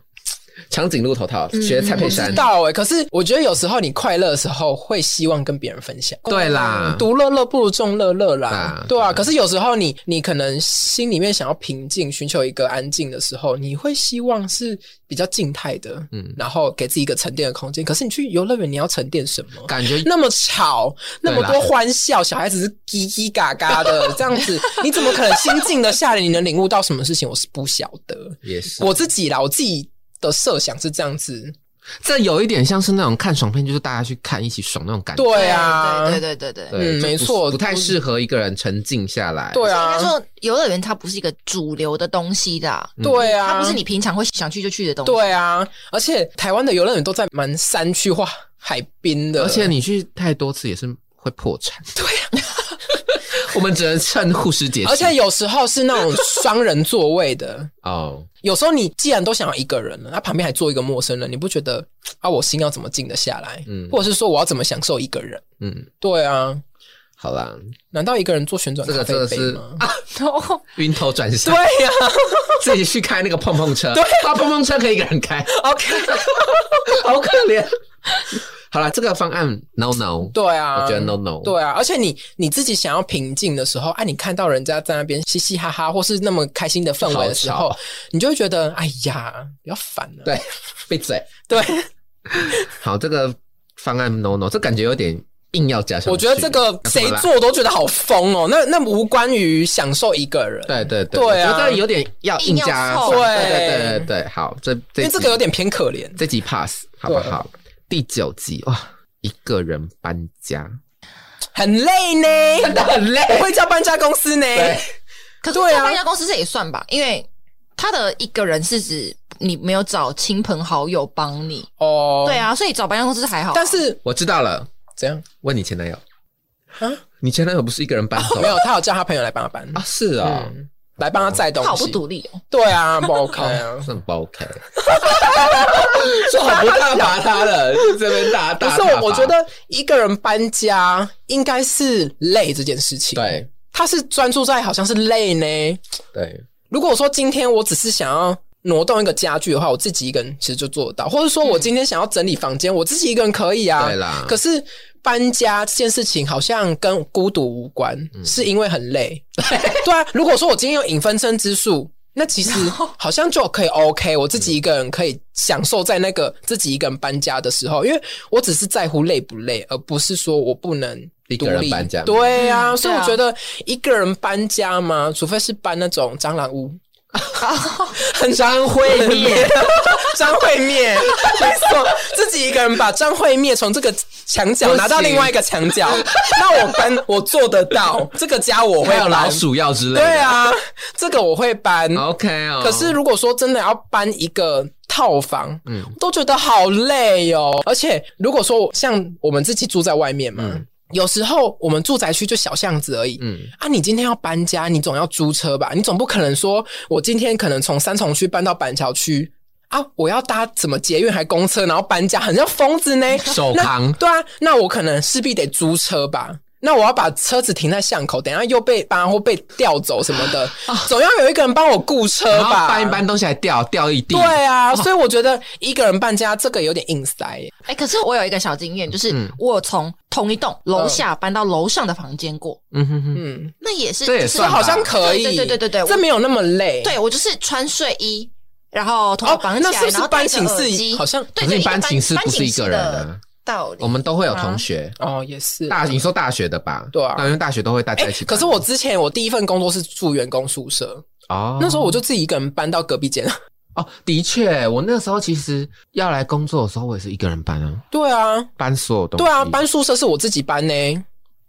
长颈鹿头套，学蔡佩知珊。道哎、可嗯是我觉得有时候你快乐的时候会希望跟别人分享。对啦嗯独乐乐不如众乐乐啦啊，对啊。对可是有时候你你可能心里面想要平静，寻求一个安静的时候，你会希望是比较静态的，嗯嗯，然后给自己一个沉淀的空间。可是你去游乐园，你要沉淀什 <laughs> 么？感觉那么吵，那么多欢笑，小孩子是叽叽嘎嘎的这样子，你怎么可能心静的下来，你能领悟到什么事情？我是不晓得。也是我自己啦，我自己的设想是这样子，这有一点像是那种看爽片，就是大家去看一起爽那种感觉。对啊，对对对对对。对，嗯就没不错不太就是适合一个人沉静下来。对啊应该，说游乐园它不是一个主流的东西啦，对啊，它嗯不是你平常会想去就去的东西。对啊，而且台湾的游乐园都在蛮山区化、海滨的，而且你去太多次也是会破产。对呀、 <laughs> 我们只能趁护士节。啊而且有时候是那种双人座位的。哦，有时候你既然都想要一个人了，那旁边还坐一个陌生人，你不觉得啊，我心要怎么静得下来？嗯或者是说我要怎么享受一个人？嗯，对啊，好啦，难道一个人做旋转这咖个啡真的杯是吗？晕头转向对，啊呀、自己去开那个碰碰车。对、啊，碰碰车可以一个人 <laughs> 开， o k 好可怜。好啦，这个方案 no no，、对啊，我觉得 no no。对啊，而且你你自己想要平静的时候，啊，你看到人家在那边嘻嘻哈哈，或是那么开心的氛围的时好候吵，你就会觉得，哎呀，比较烦了、对，闭嘴。对，好，这个方案 no no，这感觉有点硬要 <laughs> 加上去。我觉得这个那怎谁么啦做都觉得好疯哦。那那无关于享受一个人，对对对，对啊我觉得有点要硬加上，硬要凑对对对对对，好，这这因为这个有点点偏可怜。这集 pass 好不好？第九集哇，一个人搬家很累呢，真的很累我会叫搬家公司呢。对 <laughs> 可是做对啊搬家公司这也算吧，因为他的一个人是指你没有找亲朋好友帮你。哦，对，啊，所以找搬家公司还好啊。但是我知道了，怎样？问你前男友啊你前男友不是一个人搬走没有，他有叫他朋友来帮他搬，啊？是啊，哦嗯，来帮他载他东好不西。独立哦，对啊，不 OK 啊。这很不 OK，说好 <laughs> 不大罚他了，这边 <laughs> 大不大是大罚我，我觉得一个人搬家应该是累这件事情。，对他是专注在好像是累呢。对，如果说今天我只是想要挪动一个家具的话，我自己一个人其实就做得到，或者说我今天想要整理房间，我自己一个人可以啊。对啦可是搬家这件事情好像跟孤独无关，是因为很累。 <laughs> 对啊，如果说我今天有影分身之术。那其实好像就可以 OK，我自己一个人可以享受在那个自己一个人搬家的时候，因为我只是在乎累不累，而不是说我不能一个人独立搬家对啊，嗯所以我对啊觉得一个人搬家嘛，除非是搬那种蟑螂 <laughs> 屋，很张惠灭，张惠灭，没错，自己一个人把张惠灭从这个墙角不行拿到另外一个 <laughs> 墙角，那我搬我做得到，这个家我会还有搬老，鼠药之类的，对啊，这个我会搬。 ，OK 哦。可是如果说真的要搬一个套房，嗯嗯，都觉得好累哦。而且如果说像我们自己住在外面嘛，嗯有时候我们住宅区就小巷子而已，嗯嗯啊，你今天要搬家，你总要租车吧？你总不可能说我今天可能从三重区搬到板桥区。啊！我要搭什么捷运还公车，然后搬家，很像疯子呢。手扛那对啊，那我可能势必得租车吧。那我要把车子停在巷口，等一下又被扒或被调走什么的，总要有一个人帮我雇车然后吧。搬一搬东西还掉掉一地，对啊，所以我觉得一个人搬家这个有点硬塞耶。哎、可是我有一个小经验，就是嗯我有从同一栋楼下搬到楼上的房间过，嗯哼哼，嗯，那也是，这也就是算吧好像可以。对对对对对这没有那么累。对我就是穿睡衣，然后头发哦，绑起来，那是不然是后戴搬着寝耳室机好像？对，可就是你一个班寝室搬不是一个人的的，道理。我们都会有啊同学，哦，也是大你说大学的吧？对啊大学大学都会大家哎一起，搬。可是我之前我第一份工作是住员工宿舍，哦，那时候我就自己一个人搬到隔壁间。哦，的确，我那时候其实要来工作的时候，我也是一个人搬啊，对啊，搬所有东西。对啊，搬宿舍是我自己搬呢，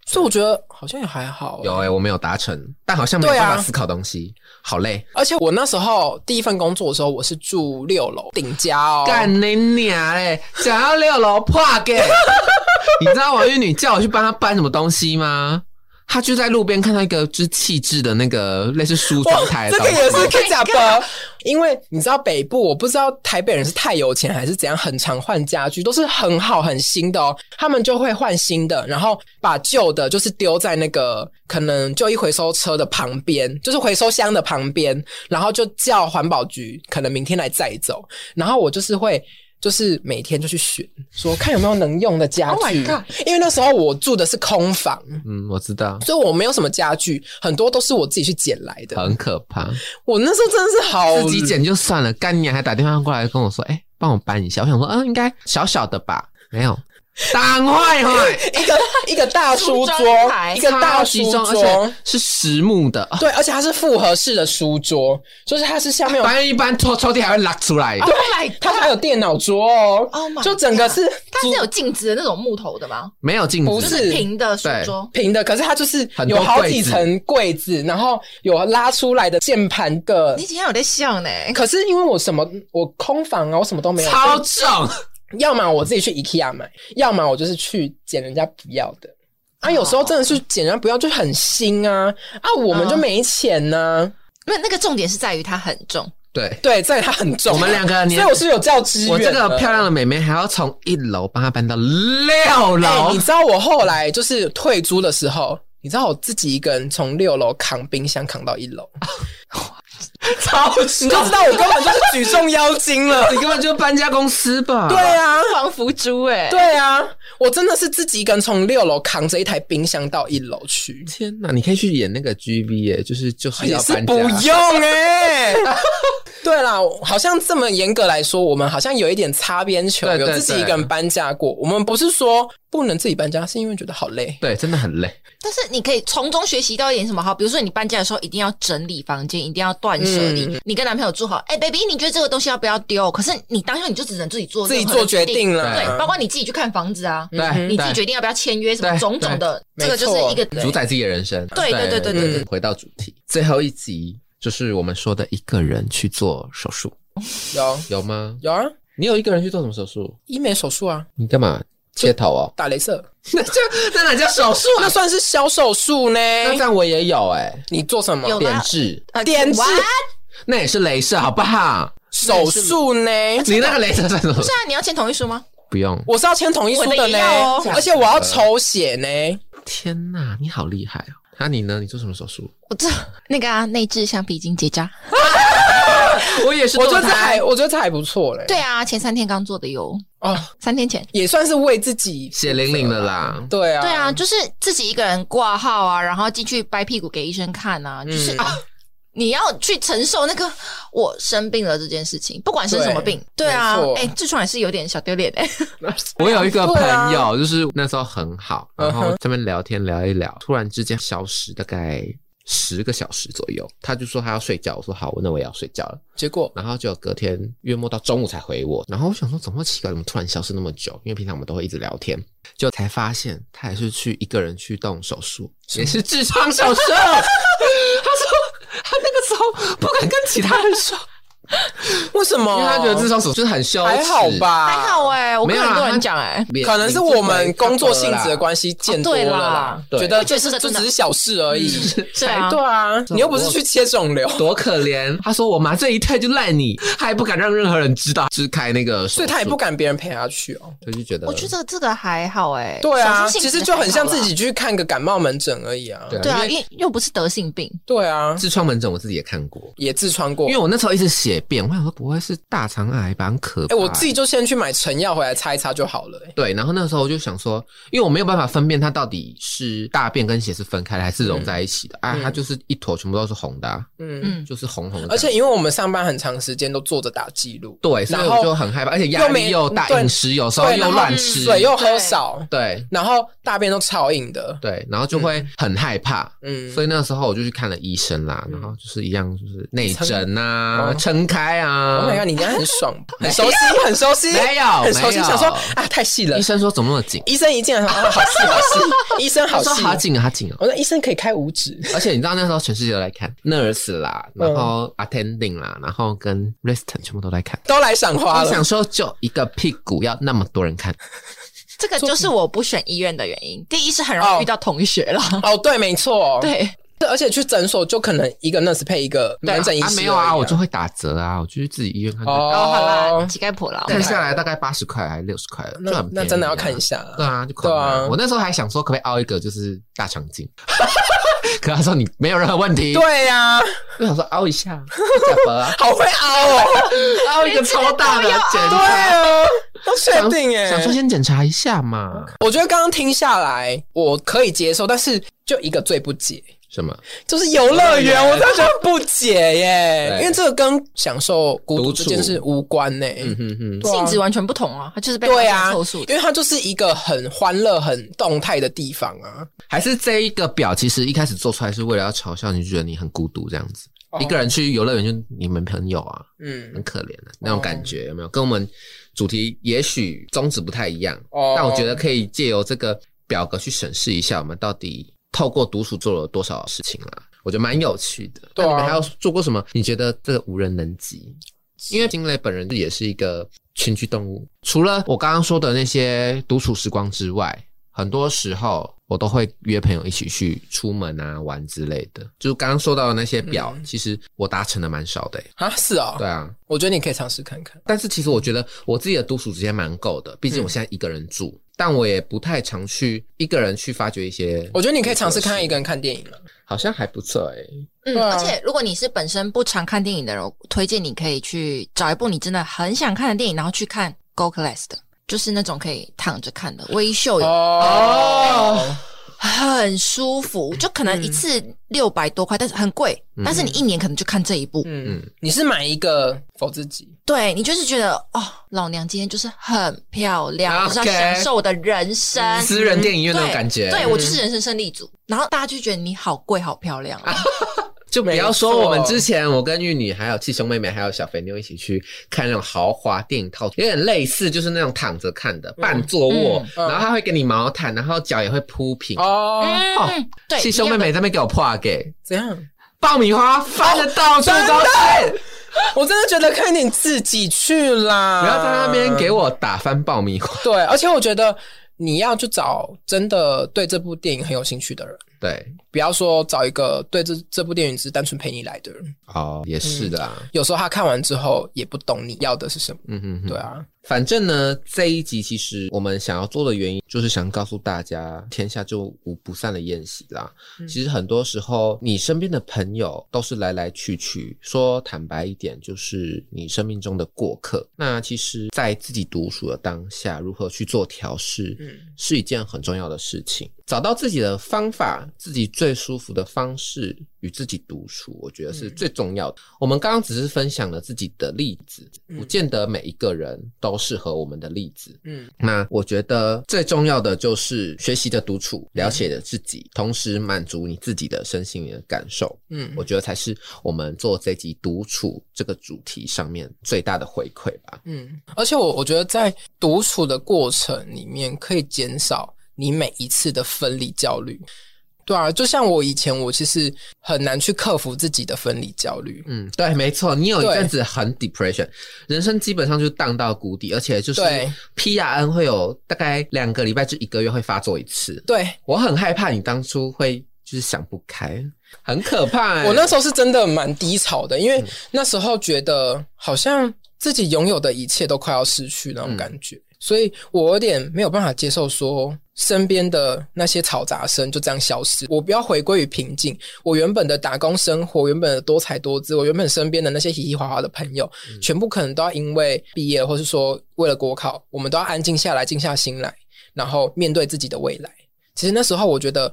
所以我觉得好像也还好。有哎、我没有达成，但好像没有对啊办法思考东西，好累。而且我那时候第一份工作的时候，我是住六楼顶家哦。干你娘嘞！想要六楼破啊 <laughs> 给，你知道王玉女叫我去帮她搬什么东西吗？她就在路边看到一个就是气质的那个类似梳妆台的这东个西，也是 Oh my 可以假的，因为你知道北部，我不知道台北人是太有钱还是怎样，很常换家具，都是很好很新的哦，他们就会换新的，然后把旧的就是丢在那个可能旧衣回收车的旁边，就是回收箱的旁边，然后就叫环保局可能明天来载走，然后我就是会。就是每天就去选，说看有没有能用的家 Oh my 具 God 因为那时候我住的是空房，嗯，我知道，所以我没有什么家具，很多都是我自己去捡来的。很可怕。我那时候真的是好自己剪就算了，干娘还打电话过来跟我说：“哎、帮我搬一下。”我想说：“嗯，应该小小的吧？”没有，挡坏坏， <laughs> 一个一个大书梳桌妆台，一个大超书级重，而桌且，是实木的，对，而且它是复合式的书桌，就是它是下面有哦反正一般抽抽屉还会拉出来。 Oh my 它还有电脑桌哦 Oh my 就整个是 God 它是有镜子的那种木头的吗？没有镜不子，是平的书桌。平的，可是它就是很多有好柜几子层柜子，然后有拉出来的键盘的你。今天有在笑呢？可是因为我什么，我空房啊，我什么都没有，超重。要么我自己去 IKEA 买，要么我就是去捡人家不要的。啊，有时候真的是捡人家不要就很新啊，啊，我们就哦嗯没钱啊呢、没有，那个重点是在于它很 <laughs> 重。对，对，在它很重，我们两个所你以我是有叫支援。我这个漂亮的妹妹还要从一楼帮她搬到六哎楼你，知道我后来就是退租的时候，你知道我自己一个人从六楼扛冰箱扛到一楼，超重你就知道我根本就是举重妖 <laughs> 精了。你根本就是搬家公司 <laughs> 吧？对啊，黄福珠哎、对啊，我真的是自己一个人从六楼扛着一台冰箱到一楼去，天哪，你可以去演那个 GV 耶，就是 <laughs> 就是欸也要是搬不家。用哎、 <laughs> 对啦，好像这么严格来说，我们好像有一点擦边球，对对有自己一个人搬家过。我们不是说不能自己搬家，是因为觉得好累。对，真的很累。但是你可以从中学习到一点什么好，比如说你搬家的时候一定要整理房间，一定要断舍离。嗯你跟男朋友住好，哎、b a b y 你觉得这个东西要不要丢？可是你当下你就只能自己做自己任何的做决定了对，包括你自己去看房子啊，对，你自己对决定要不要签约什么对种种的，对这个就是一个主宰自己的人生。嗯对对对对对对回到主题，最后一集就是我们说的一个人去做手术，有有吗？有啊，你有一个人去做什么手术？医美手术啊，你干嘛切头哦？打镭射， <laughs> 那就那哪叫手术哎那算是小手术呢。那这样我也有哎，你做什么？有点痣，呃点痣哇那也是镭射好不好？手术呢？你那个镭射算什么不？是啊，你要签同意书吗？不用。我是要签同意书我的呢也要哦，而且我要抽血呢。天哪，你好厉害哦！那你呢？你做什么手术？我这那个啊，内置橡皮筋结扎。 <laughs> 我也是我觉得这还，我觉得这还不错嘞。对啊，前三天刚做的哟，哦，三天前。也算是为自己。血淋淋的 <laughs> 啦。对啊，对啊，，就是自己一个人挂号啊，然后进去掰屁股给医生看啊，就是、 <laughs> 嗯啊，你要去承受那个我生病了这件事情，不管生什么病。对对啊没错，哎、痔疮也是有点小丢脸哎、我有一个朋对啊友，就是那时候很好，然嗯后他们聊天聊一聊，突然之间消失大概十个小时左右。他就说他要睡觉，我说好，那我也要睡觉了。结果然后就隔天月末到中午才回我，然后我想说怎么会奇怪，怎么突然消失那么久？因为平常我们都会一直聊天，就才发现他也是去一个人去动手术， <laughs> 也是痔疮手术。 <laughs> 他说他那个时候不敢跟其他人说，为什么？ <laughs> 因为他觉得痔疮手术很羞耻，还好？吧，还好哎、我没跟有啊很多他人讲哎、可能是我们工作性质的系。关系见多了啦哦，对啦觉得对就是这个这真只的是小事而已。是啊对啊，你又不是去切肿瘤，多可怜！他说我麻醉一退就赖你，他也不敢让任何人知道，支开那个手术，所以他也不敢别人陪他去哦。他就觉得，我觉得这个还好哎、对啊，手术性其质实就很像还好啦自。己去看个感冒门诊而已啊。对对因啊，为因为又不是得性病，对啊，痔疮门诊我自己也看过，也痔疮过因为。我那时候一直血便，我想说不会是大肠癌吧，很可怕。哎，我自己就先去买成药回来擦一擦就好了。哎对，然后那时候我就想说，因为我没有办法分辨它到底是大便跟血是分开的还是融在一起的、啊，它就是一坨全部都是红的、啊，嗯，嗯，就是红红的感觉。而且因为我们上班很长时间都坐着打记录，对，所以我就很害怕，而且压又力没又大，对饮食有时候对，又然后乱吃，水又喝对少，对然后大便都超硬的。对，然后就会很害怕。嗯，所以以那时候我就去看了医生啦，然后就是一样就是内诊啊、嗯撑哦撑开啊 Oh my god，。你这样很爽， <laughs> 很熟悉，很熟悉，没有很熟悉。没有想说啊，太细了医。生说怎么那么紧？医生一进来，啊，好细，好 <laughs> 细，医生他好说细，哦好紧啊，好紧啊。我说医生可以开五指，而且你知道那时候全世界都来看 nurse 啦，然嗯后 attending 啦，然后跟 resident 全部都来看。都来赏花我了想。说，就一个屁股要那么多人看，这个就是我不选医院的原因。第一是很容易遇到同学啦，哦，对，没错，，对，而且去诊所就可能一个 nurse 配一个对啊门诊医啊师而已，没有啊，我就会打折啊，我就去自己医院看看。哦，好哦啦，，乞丐婆啦，看下来大概八十块还是六十块了，就那很便宜啊那真的要看一下啊，对啊，就狂啊！对啊我那时候还想说，可不可以凹一个就是大肠镜？ <laughs> 可他说你没有任何问题，对呀，我想说凹一下，假拔 <laughs> 啊好会凹 <laughs> 哦，凹一个超大的检对查，啊，要确想定哎，想说先检查一下嘛。我觉得刚刚听下来，我可以接受，但是就一个最不解，什么？就是游乐园，我真的觉得不解耶， <laughs> 对因为这个跟享受孤独独这处件事无关呢。嗯哼哼，对啊性质完全不同啊，它就是被对啊，凑数因的。为它就是一个很欢乐、很动态的地方啊。还是这一个表，其实一开始做出来是为了要嘲笑你，觉得你很孤独这样子。一个人去游乐园就你们朋友啊，很嗯，可怜的、那种感觉，有没有？跟我们主题也许宗旨不太一样，哦但我觉得可以借由这个表格去审视一下，我们到底透过独处做了多少事情啦。我觉得蛮有趣的。对啊那你们还有做过什么？你觉得这个无人能及？因为金磊本人也是一个群居动物，除了我刚刚说的那些独处时光之外，很多时候我都会约朋友一起去出门啊玩之类的。就是刚刚说到的那些表，嗯其实我达成的蛮少的、欸。啊，是哦，对啊，我觉得你可以尝试看看。但是其实我觉得我自己的独处时间蛮够的，毕竟我现在一个人住，但我也不太常去一个人去发掘一些，我觉得你可以尝试看一个人看电影啊了。好像还不错哎、欸。嗯，对啊而且如果你是本身不常看电影的人，我推荐你可以去找一部你真的很想看的电影，然后去看 Go Class 的，就是那种可以躺着看的微秀哦有哦，很舒服，就可能嗯一次六百多块，但是很贵，但是你一年可能就看这一部，嗯，你是买一个否自己？对你就是觉得哦，老娘今天就是很漂亮， OK 就是要享受我的人生。私人电影对院那种感觉，对我就是人生胜利组，然后大家就觉得你好贵、好漂亮啊，就不要没说错我们之前，我跟玉女还有七兄妹妹还有小肥妞一起去看那种豪华电影套，有点类似就是那种躺着看的半坐卧，嗯然后他会给你毛毯，然后脚也会铺平。哦，嗯，对，七兄妹一样妹在那边给我破给怎样？爆米花翻的到处都是。我真的觉得看你自己去啦，不要在那嗯边给。我打翻爆米花。对，而且我觉得你要去找真的对这部电影很有兴趣的人，对，不要说找一个对这这部电影只是单纯陪你来的人。哦，也是的啊。有时候他看完之后也不懂你要的是什么。嗯哼哼，对啊，反正呢，这一集其实我们想要做的原因，就是想告诉大家，天下就无不散的宴席啦。其实很多时候，你身边的朋友都是来来去去。说坦白一点，就是你生命中的过客。那其实，在自己独处的当下，如何去做调试，嗯是一件很重要的事情。找到自己的方法，自己最舒服的方式，与自己独处，我觉得是嗯最重要的。我们刚刚只是分享了自己的例子，嗯不见得每一个人都适合我们的例子。嗯，那我觉得最重要的就是学习的独处，了解的自己，同时满足你自己的身心灵的感受。嗯我，觉得才是我们做这集独处这个主题上面最大的回馈吧。嗯，而且我我觉得在独处的过程里面，可以减少你每一次的分离焦虑。对啊，就像我以前，我其实很难去克服自己的分离焦虑。嗯，对，没错，你有一对阵子很 depression，人生基本上就荡到谷底，而且就是对 P R N 会有大概两个礼拜至一个月会发作一次。对我很害怕你当初会就是想不开，很可怕、欸。我那时候是真的蛮低潮的，因为那时候觉得好像自己拥有的一切都快要失去那种感觉，所以我有点没有办法接受说身边的那些嘈杂声就这样消失。我不要回归于平静，我原本的打工生活，原本的多彩多姿，我原本身边的那些嘻嘻哈哈的朋友，全部可能都要因为毕业，或是说为了国考，我们都要安静下来，静下心来，然后面对自己的未来。其实那时候我觉得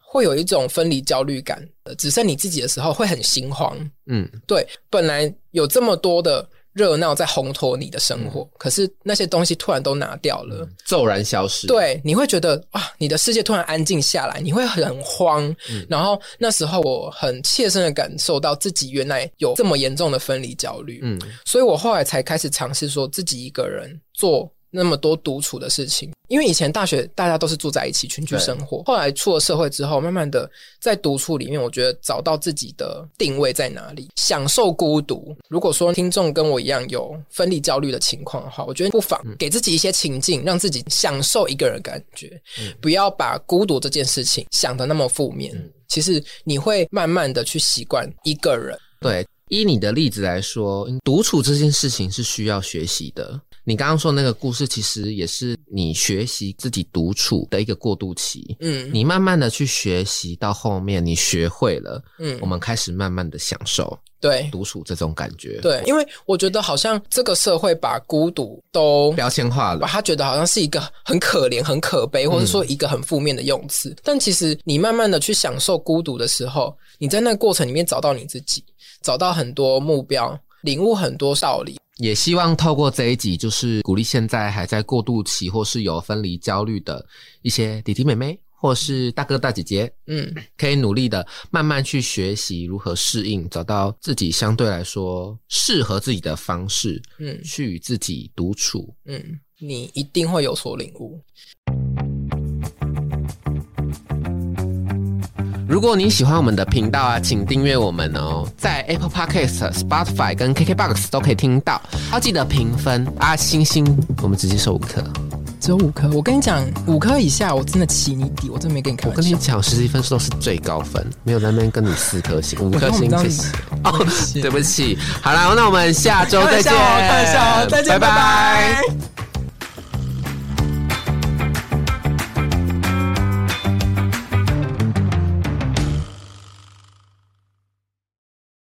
会有一种分离焦虑感，呃只剩你自己的时候会很心慌。嗯，对，本来有这么多的热闹在烘托你的生活，可是那些东西突然都拿掉了。骤然消失。，对，你会觉得啊，你的世界突然安静下来，你会很慌。然后那时候我很切身的感受到自己原来有这么严重的分离焦虑，嗯，所以我后来才开始尝试说自己一个人做那么多独处的事情。因为以前大学大家都是住在一起群居生活，后来出了社会之后，慢慢的在独处里面，我觉得找到自己的定位在哪里，享受孤独。如果说听众跟我一样有分离焦虑的情况的话，我觉得不妨给自己一些情境，让自己享受一个人的感觉，不要把孤独这件事情想的那么负面。其实你会慢慢的去习惯一个人，对。依你的例子来说，嗯独处这件事情是需要学习的。你刚刚说那个故事，其实也是你学习自己独处的一个过渡期。嗯你慢慢的去学习，到后面你学会了，嗯我，们开始慢慢的享受对独处这种感觉，，对，因为我觉得好像这个社会把孤独都标签化把了，它觉得好像是一个很可怜、很可悲，嗯或者说一个很负面的用词。但其实你慢慢的去享受孤独的时候，你在那个过程里面找到你自己，找到很多目标，领悟很多道理。也希望透过这一集，就是鼓励现在还在过渡期或是有分离焦虑的一些弟弟妹妹或是大哥大姐姐，嗯，可以努力的慢慢去学习如何适应，找到自己相对来说适合自己的方式，嗯去与自己独处。嗯，你一定会有所领悟。如果你喜欢我们的频道啊，请订阅我们哦，在 Apple Podcast、Spotify 跟 KKBox 都可以听到。要记得评分啊，星星，我们直接收五颗。只有五颗，我跟你讲，五颗以下我真的起你底，我真的没跟你开我玩跟你笑。讲，实际分数都是最高分，没有在那边跟你四颗星、五颗星，谢谢。哦， <laughs> 对不起，好啦，那我们下周开再玩笑见哦，开玩笑哦，再见，拜拜拜